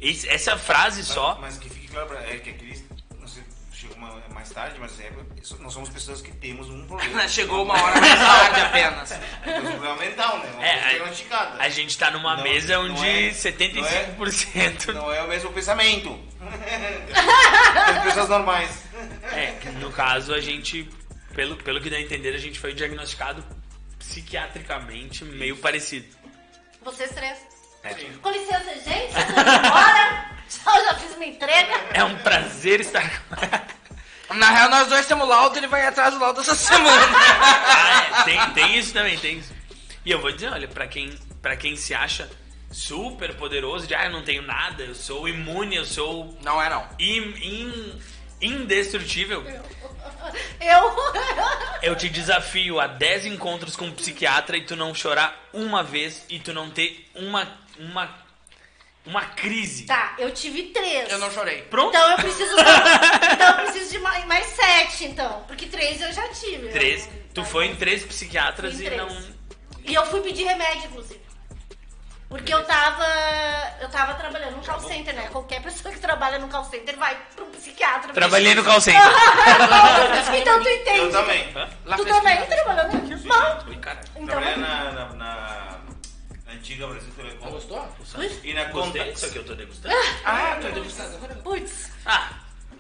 Esse- essa frase só. Mas que fique claro pra, é que aqueles. Não sei, chegou uma- mais tarde, mas é, nós somos pessoas que temos um problema. É, Chegou uma (laughs) hora mais tarde apenas. Temos um problema mental, né? Uma É, coisa a- diagnosticada. A gente tá numa Não, mesa não onde é- 75%. Não é o mesmo (laughs) pensamento. As pessoas normais. É, no caso, a gente, pelo, pelo que dá a entender, a gente foi diagnosticado psiquiatricamente meio parecido. Vocês três. É. Com licença, gente. Eu tô indo embora. Tchau, (laughs) já fiz minha entrega. É um prazer estar com (laughs) Na real, nós dois temos laudo, ele vai atrás do laudo essa semana. ah, é, tem, tem isso também, tem isso. E eu vou dizer, olha, pra quem, pra quem se acha super poderoso, de ah, eu não tenho nada, eu sou imune, eu sou Não é não. im- im- indestrutível, Eu... (laughs) eu te desafio a 10 encontros com um psiquiatra e tu não chorar uma vez e tu não ter uma, uma, uma crise. Tá, eu tive três. Eu não chorei. Pronto? Então eu (laughs) preciso. então eu preciso de mais, mais sete, então. Porque três eu já tive. Três. Eu- Tu foi em três psiquiatras Fui em e três. não. E eu fui pedir remédio, inclusive. Porque eu tava. Eu tava trabalhando num call center, né? Qualquer pessoa que trabalha num call center vai pra um psiquiatra. Trabalhei no call center. (laughs) Então tu Eu entende. também. Lá Tu fez também clima. trabalhou no Bom, Ui, caralho. então. Trabalhei na, na, na antiga Brasil Telecom. Gostou? E (laughs) na Gostei Contax. disso aqui, eu tô degustando. Ah, tu é entrevistadora. Putz. Ah,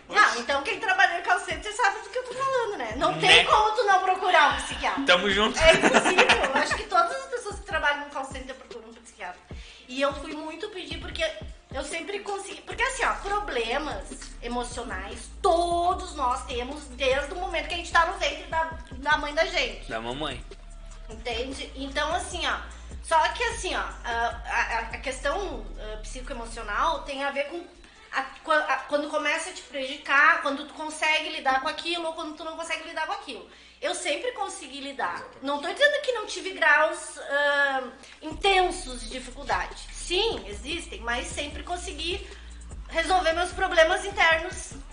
Não, então quem trabalha no call center sabe do que eu tô falando, né? Não Né? tem como tu não procurar um psiquiatra. tamo junto. É impossível. Eu acho que todas as pessoas que trabalham no call center procuram um psiquiatra. E eu fui muito pedir porque eu sempre consegui. Porque assim, ó, problemas emocionais todos nós temos desde o momento que a gente tá no ventre da, da mãe da gente. Da mamãe. Entende? Então, assim, ó. Só que, assim, ó, a, a- a questão ah, psicoemocional tem a ver com a- com a- quando começa a te prejudicar, quando tu consegue lidar com aquilo ou quando tu não consegue lidar com aquilo. Eu sempre consegui lidar. Não tô dizendo que não tive graus ah, intensos de dificuldade. Sim, existem, mas sempre consegui resolver meus problemas internos de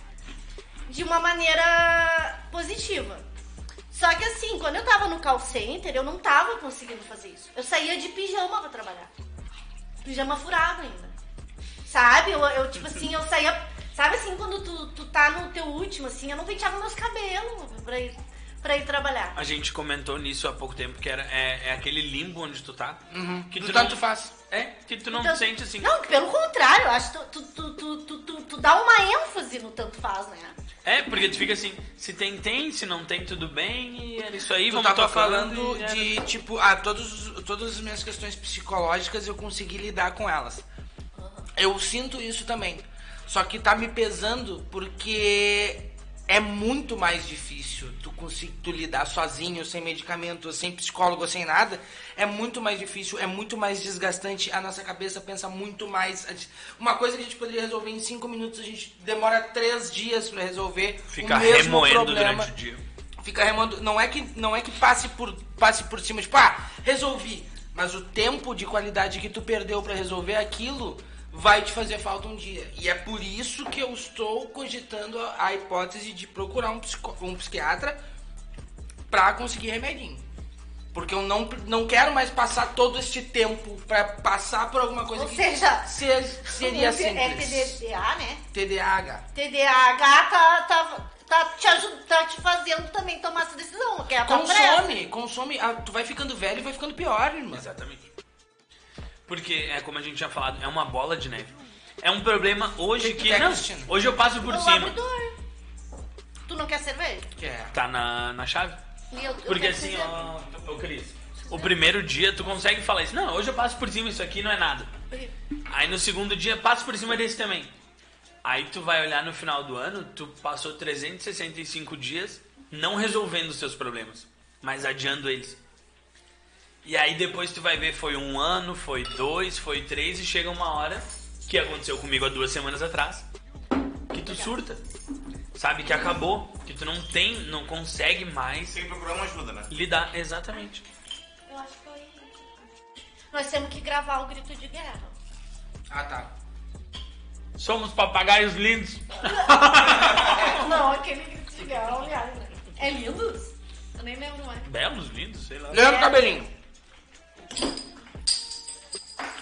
de uma maneira positiva. Só que assim, quando eu tava no call center, eu não tava conseguindo fazer isso. Eu saía de pijama pra trabalhar. Pijama furado ainda. Sabe? Eu, eu, tipo assim, eu saía. Sabe assim, quando tu, tu tá no teu último, assim, eu não penteava meus cabelos pra ir, pra ir trabalhar. A gente comentou nisso há pouco tempo, que era, é, é aquele limbo onde tu tá. Que Uhum. Do tu tanto não, faz. É, que tu não Então, sente assim. Não, pelo contrário, eu acho que tu, tu, tu, tu, tu, tu dá uma ênfase no tanto faz, né? É, porque tu fica assim, se tem, tem, se não tem, tudo bem, e era isso aí, Tu vamos tava tô falando, falando tá e é era- de, tipo, ah, todos, todas as minhas questões psicológicas eu consegui lidar com elas. Eu sinto isso também. Só que tá me pesando porque é muito mais difícil tu conseguir tu lidar sozinho, sem medicamento, sem psicólogo, sem nada. É muito mais difícil, é muito mais desgastante. A nossa cabeça pensa muito mais. Uma coisa que a gente poderia resolver em cinco minutos, a gente demora três dias pra resolver. Fica o mesmo remoendo problema durante o dia. fica remando. Não é que, não é que passe, por, passe por cima, tipo, ah, resolvi. Mas o tempo de qualidade que tu perdeu pra resolver aquilo vai te fazer falta um dia. E é por isso que eu estou cogitando a, a hipótese de procurar um, psico- um psiquiatra pra conseguir remedinho. Porque eu não, não quero mais passar todo este tempo pra passar por alguma coisa Ou que seja, se- seria É simples. TDA, né? TDAH. TDAH tá, tá, tá, te ajudando, tá te fazendo também tomar essa decisão, que é a tua pressa. Consome, consome. Ah, tu vai ficando velho e vai ficando pior, irmã. Exatamente. Porque, é como a gente tinha falado, é uma bola de neve. É um problema hoje Que que que. é, não, Cristina? hoje eu passo por Não cima. abre dor. Tu não quer cerveja? Que é. Tá na, na chave? E eu- eu Porque quero assim, cerveja. ó, ô Cris, o primeiro dia tu consegue falar isso. Não, hoje eu passo por cima, isso aqui não é nada. Aí no segundo dia passo por cima desse também. Aí tu vai olhar no final do ano, tu passou 365 dias não resolvendo os seus problemas, mas adiando eles. E aí depois tu vai ver, foi um ano, foi dois, foi três, e chega uma hora, que aconteceu comigo há duas semanas atrás, que tu surta. Sabe que acabou, que tu não tem, não consegue mais Tem que procurar uma ajuda, né? lidar exatamente. Eu acho que foi. Nós temos que gravar o grito de (laughs) guerra. Ah, tá. Somos papagaios lindos. (laughs) Não, aquele grito de guerra, olha. É lindo? Eu nem lembro mais. Belos, lindos, sei lá. Leandro Cabelinho.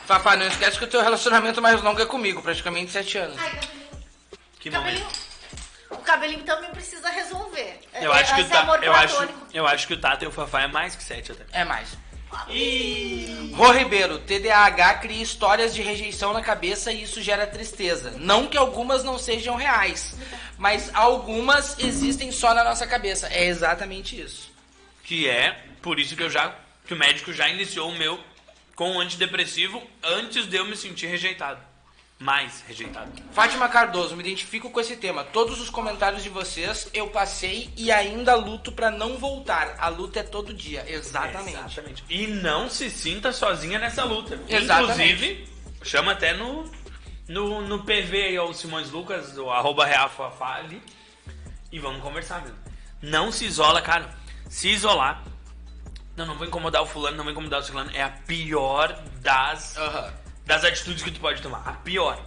Papá, não esquece que o teu relacionamento mais longo é comigo, praticamente sete anos. Ai, cabelinho. Que cabelinho. momento. O cabelinho também precisa resolver. É- Eu acho, que o esse amor ta... eu, acho... platônico. eu acho que o Tata e o Fafá é mais que sete até. É mais. Rô Ribeiro, TDAH cria histórias de rejeição na cabeça e isso gera tristeza. Não que algumas não sejam reais, mas algumas existem só na nossa cabeça. É exatamente isso. Que é por isso que eu já. Que o médico já iniciou o meu com o antidepressivo antes de eu me sentir rejeitado. Mais rejeitado. Fátima Cardoso, me identifico com esse tema. Todos os comentários de vocês eu passei e ainda luto pra não voltar. A luta é todo dia. É, Exatamente. E não se sinta sozinha nessa luta. Exatamente. Inclusive, chama até no, no, no PV aí, ó, o Simões Lucas, o arroba reafafá ali. E vamos conversar mesmo. Não se isola, cara. Se isolar. Não, não vou incomodar o fulano, não vou incomodar o ciclano. É a pior das, Aham. das atitudes que tu pode tomar. A pior.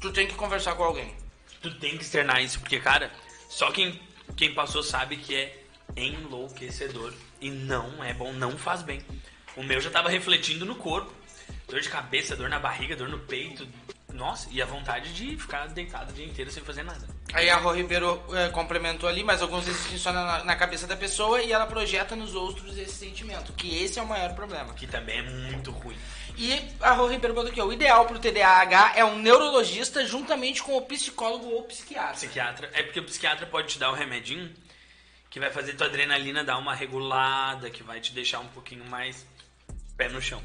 Tu tem que conversar com alguém. Tu tem que externar isso, porque, cara, só quem, quem passou sabe que é enlouquecedor. E não é bom, não faz bem. O meu já tava refletindo no corpo. Dor de cabeça, dor na barriga, dor no peito. Nossa, e a vontade de ficar deitado o dia inteiro sem fazer nada. Aí a Rô Ribeiro eh, complementou ali, mas alguns existem só na, na cabeça da pessoa e ela projeta nos outros esse sentimento, que esse é o maior problema. Que também é muito ruim. E a Rô Ribeiro botou aqui, ó, o ideal pro TDAH é um neurologista juntamente com o psicólogo ou psiquiatra. Psiquiatra. É porque o psiquiatra pode te dar um remedinho que vai fazer tua adrenalina dar uma regulada, que vai te deixar um pouquinho mais pé no chão.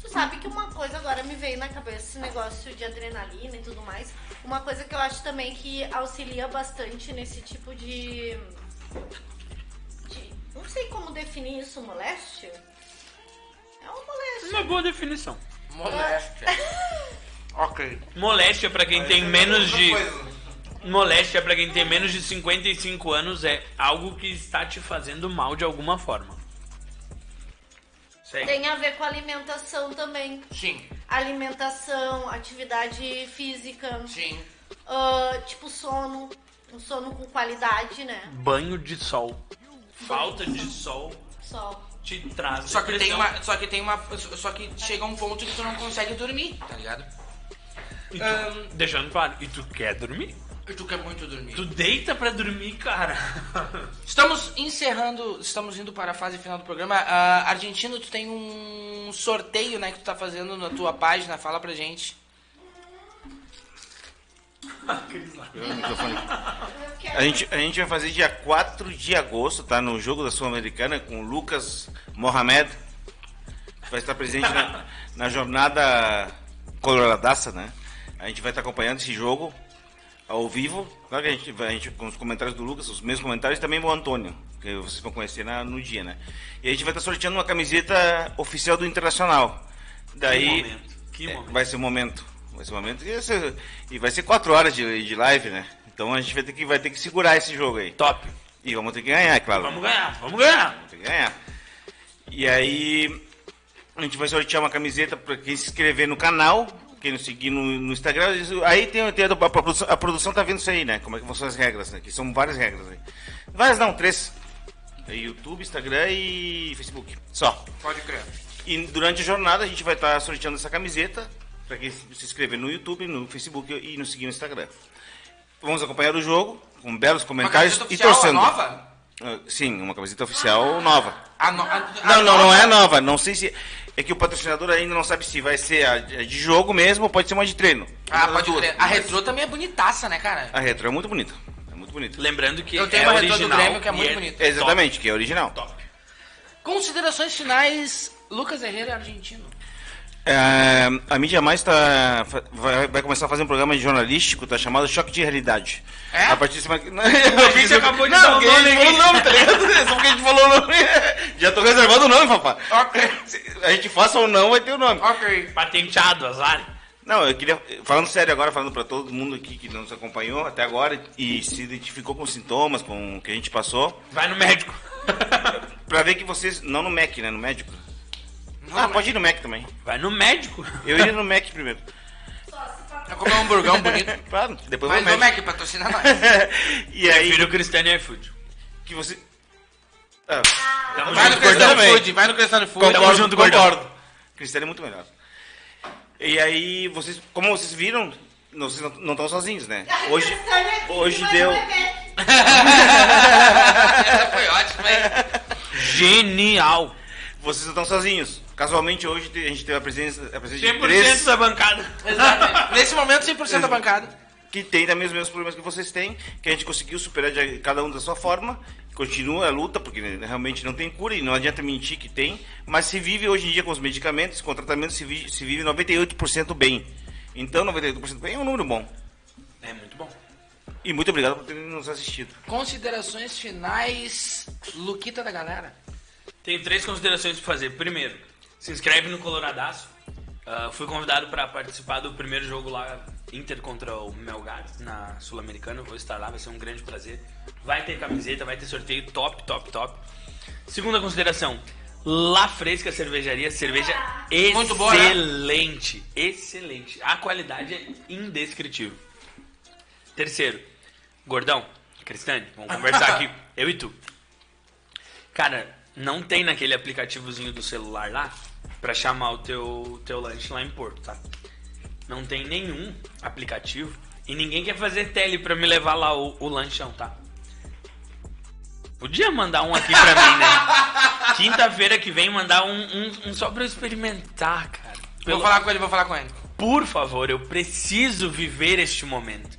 Tu sabe que uma coisa agora me veio na cabeça, esse negócio de adrenalina e tudo mais. Uma coisa que eu acho também que auxilia bastante nesse tipo de. de- não sei como definir isso, moléstia? É uma moléstia. Uma boa definição. Moléstia. (laughs) ok. Moléstia pra quem tem menos Outra de. coisa. Moléstia pra quem tem menos de 55 anos é algo que está te fazendo mal de alguma forma. Segue. Tem a ver com alimentação também. Sim, Alimentação, atividade física. sim. ah, tipo sono, um sono com qualidade, né? Banho de sol. Falta de sol Só. te traz. Só que, tem depressão. uma, só que tem uma. Só que chega um ponto que tu não consegue dormir, tá ligado? E tu- Deixando claro, e tu quer dormir? E tu quer muito dormir. Tu deita pra dormir, (laughs) cara. Estamos encerrando, estamos indo para a fase final do programa. Ah, Argentino, tu tem um sorteio, né, que tu tá fazendo na tua página, fala pra gente. Pegou o microfone aqui. Eu quero. A gente, a gente vai fazer dia 4 de agosto, tá? No jogo da Sul-Americana com o Lucas Mohamed. que Vai estar presente na, na jornada coloradaça, né? A gente vai estar acompanhando esse jogo ao vivo. Claro que a gente, vai- a gente com os comentários do Lucas, os meus comentários e também o Antônio, que vocês vão conhecer na- no dia, né? E a gente vai estar sorteando uma camiseta oficial do Internacional. Daí. Que momento, que É, momento. Vai ser um momento. Vai ser um momento. E vai ser, e vai ser quatro horas de, de live, né? Então a gente vai ter, que, vai ter que segurar esse jogo aí. Top. E vamos ter que ganhar, é claro. Vamos ganhar, vamos ganhar. Vamos ter que ganhar. E aí a gente vai sortear uma camiseta para quem se inscrever no canal, quem nos seguir no, no Instagram. Isso- Aí tem, tem a, do- a produção, a produção tá vendo isso aí, né? Como é que são as regras, né? Que são várias regras aí. Várias não, três. É YouTube, Instagram e Facebook. Só. Pode crer. E durante a jornada a gente vai estar sorteando essa camiseta para quem se inscrever no YouTube, no Facebook e nos seguir no Instagram. Vamos acompanhar o jogo com belos comentários e torcendo. A nova? Ah, Sim, uma camiseta oficial nova. A no- a- a Não, não, não Ah, nova? é nova. Não sei se é que o patrocinador ainda não sabe se vai ser a de de jogo mesmo ou pode ser uma de treino. Ah, pode crer. A retrô também é bonitaça, né, cara? A retro é muito bonita. É muito bonita. Lembrando que Eu tenho é uma retorno do original Grêmio que é e muito bonita. É, Exatamente, que é original. Considerações finais, Lucas Herrera, argentino. É, a mídia mais tá, fa- vai, vai começar a fazer um programa de jornalístico, tá chamado Choque de Realidade. É? A partir de semana que. (laughs) Não, a gente acabou de não, dar o porque a gente nome aqui. falou o nome, tá ligado? (laughs) Só porque a gente falou o nome. (laughs) Já tô reservando o nome, papá. Se A gente faça ou não, vai ter o nome. Ok. Patenteado, azar. Não, eu queria. Falando sério agora, falando pra todo mundo aqui que nos acompanhou até agora e se identificou com os sintomas, com o que a gente passou, Vai no médico. (laughs) pra ver que vocês. Não no Mac, né? No médico. ah, né? pode ir no Mac também. Vai no médico. Eu iria no Mac (laughs) primeiro. Pra comer um hamburgão (laughs) bonito. Claro, depois Mas vou o no Mac. Mac patrocina nós. (laughs) e aí. Prefiro o Cristiano e iFood. que você. Ah, Tamo Vai no junto, Cristiano gordão. também. Food, vai no Cristiano Food. Tamo junto, gordão. Cristiano é muito melhor. E aí, vocês, como vocês viram, não- vocês não- não estão sozinhos, né? Hoje, (laughs) hoje deu. Essa foi ótima, hein? Genial. Vocês não estão sozinhos. Casualmente, hoje te- a gente teve a presença, a presença de 100% três da bancada. Exato. Nesse momento, 100% da bancada. que tem também os mesmos problemas que vocês têm, que a gente conseguiu superar de cada um da sua forma. Continua a luta, porque realmente não tem cura e não adianta mentir que tem, mas se vive hoje em dia com os medicamentos, com tratamento, se vive, se vive 98% bem. Então, 98% bem é um número bom. É muito bom. E muito obrigado por terem nos assistido. Considerações finais, Luquita da galera. Tenho três considerações para fazer. Primeiro, se inscreve no Coloradaço. Ah, fui convidado para participar do primeiro jogo lá, Inter contra o Melgar, na Sul-Americana. Vou estar lá, vai ser um grande prazer. Vai ter camiseta, vai ter sorteio top, top, top. Segunda consideração, La Fresca Cervejaria, cerveja Muito boa, né? excelente, excelente. A qualidade é indescritível. Terceiro, Gordão, Cristane, (laughs) vamos conversar aqui, eu e tu. Cara, não tem naquele aplicativozinho do celular lá pra chamar o teu, teu lanche lá em Porto, tá? Não tem nenhum aplicativo e ninguém quer fazer tele pra me levar lá o, o lanchão, tá? Podia mandar um aqui pra mim, (laughs) né? Quinta-feira que vem mandar um, um- um só pra eu experimentar, cara. Pelo- Vou falar com ele, vou falar com ele. Por favor, eu preciso viver este momento.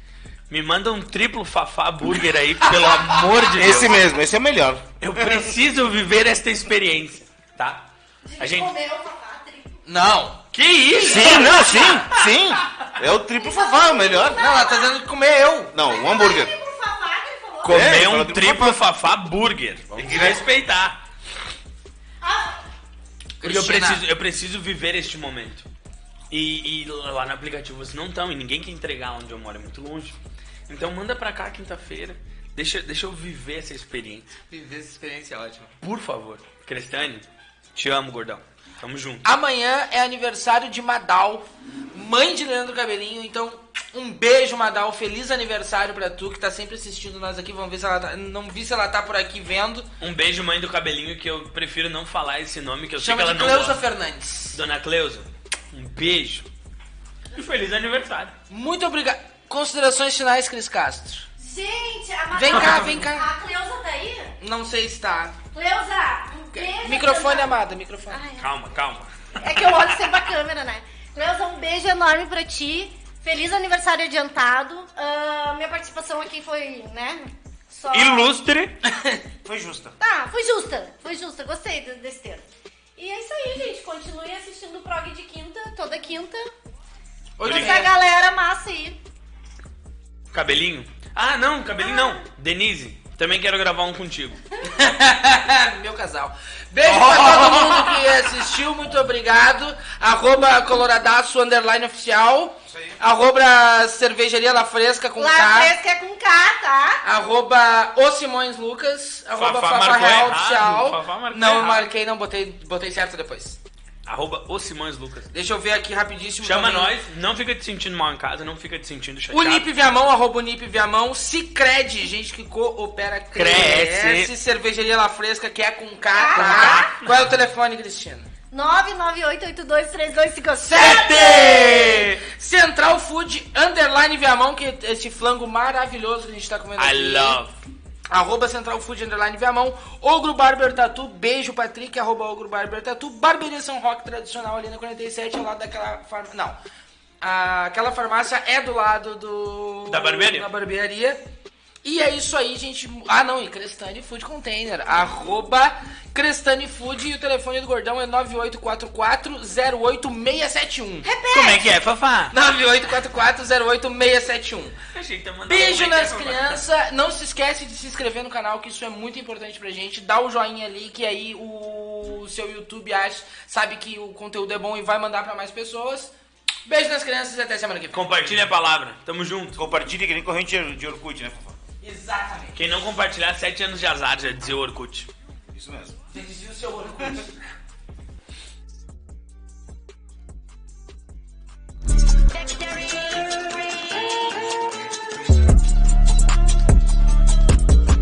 Me manda um triplo Fafá Burger aí, pelo amor (laughs) de Deus. Esse mesmo, esse é o melhor. Eu preciso viver esta experiência, tá? A gente. Comeu com a Patrick. Não. Que isso? Sim, não, sim, sim. É o triplo favá, o melhor. Não, ela tá dizendo que comer eu. Não, um hambúrguer. Ele com favada, né? ele falou. Com- Comer É, um fala triplo Fafá Burger. Tem que respeitar. Ah, Porque eu Cristina. preciso, eu preciso viver este momento. E, e lá no aplicativo vocês não estão, e ninguém quer entregar onde eu moro, é muito longe. Então manda pra cá quinta-feira. Deixa, deixa eu viver essa experiência. Viver essa experiência é ótima. Por favor. Crestani, te amo, gordão. Tamo junto. Amanhã é aniversário de Madal, mãe de Leandro Cabelinho, então Um beijo, Madal. Feliz aniversário pra tu que tá sempre assistindo nós aqui. Vamos ver se ela tá. Não vi se ela tá por aqui vendo. Um beijo, mãe do cabelinho, que eu prefiro não falar esse nome, que eu Chama sei que de ela não Cleusa gosta. Fernandes. Dona Cleusa, um beijo. E feliz aniversário. Muito obrigado. Considerações finais, Cris Castro. Gente, a Madal- Vem cá, vem cá. A Cleusa tá aí? Não sei se tá. Cleusa, um beijo. Ah, Microfone, Cleusa. amada, microfone. Ai, Calma, calma. É que eu olho sempre a câmera, né? Cleusa, um beijo enorme pra ti. Feliz aniversário adiantado. Ah, minha participação aqui foi, né? Só... Ah. Ilustre. Foi justa. Tá, foi justa. Foi justa. Gostei de- desse termo. E é isso aí, gente. Continue assistindo o Prog de quinta, toda quinta. Oito Essa galera massa aí. Cabelinho? Ah, não, cabelinho não. Denise, também quero gravar um contigo. (laughs) Meu casal. Beijo pra (laughs) todo mundo que assistiu, muito obrigado. Arroba coloradaço, underline oficial. Isso aí. Arroba cervejaria La Fresca com Lá K. fresca é com K, tá? Arroba o Simões Lucas. Arroba Fafá Fafá marcou Real errado, Oficial. Fafá marcou não, errado. marquei, não, botei, botei certo depois. Arroba o Simões Lucas. Deixa eu ver aqui rapidíssimo. Chama também. nós, não fica te sentindo mal em casa, não fica te sentindo chateado. Unip Viamão, arroba Unip Viamão, Cicred, gente que coopera, cresce. Cresce. Cervejaria La Fresca, que é com K, tá? Qual é o telefone, Cristina? 998823257! Sete! Central Food, underline Viamão, que é esse flango maravilhoso que a gente tá comendo I aqui. love. Arroba Central Food, underline Viamão. Ogro Barber Tatu, beijo Patrick, arroba Ogro Barber Tatu. Barbearia São Roque tradicional ali na 47, ao lado daquela farmácia. Não. Ah, aquela farmácia é do lado do. Da barbearia. Da barbearia. E é isso aí, gente. Ah, não, e Crestani Food Container. Arroba Crestani Food e o telefone do gordão é 9844-08671. Como é que é, Fafá? 9844-08671. Achei que tá mandando Beijo um nas beijo, crianças. Não se esquece de se inscrever no canal, que isso é muito importante pra gente. Dá o joinha ali, que aí o seu YouTube acha, sabe que o conteúdo é bom e vai mandar pra mais pessoas. Beijo nas crianças e até semana que vem. Compartilha a palavra. Tamo junto. Compartilha que nem corrente de Orkut, né, Fofá? Exatamente. Quem não compartilhar, sete anos de azar, já dizia o Orkut. Isso mesmo. Você dizia o seu orgulho.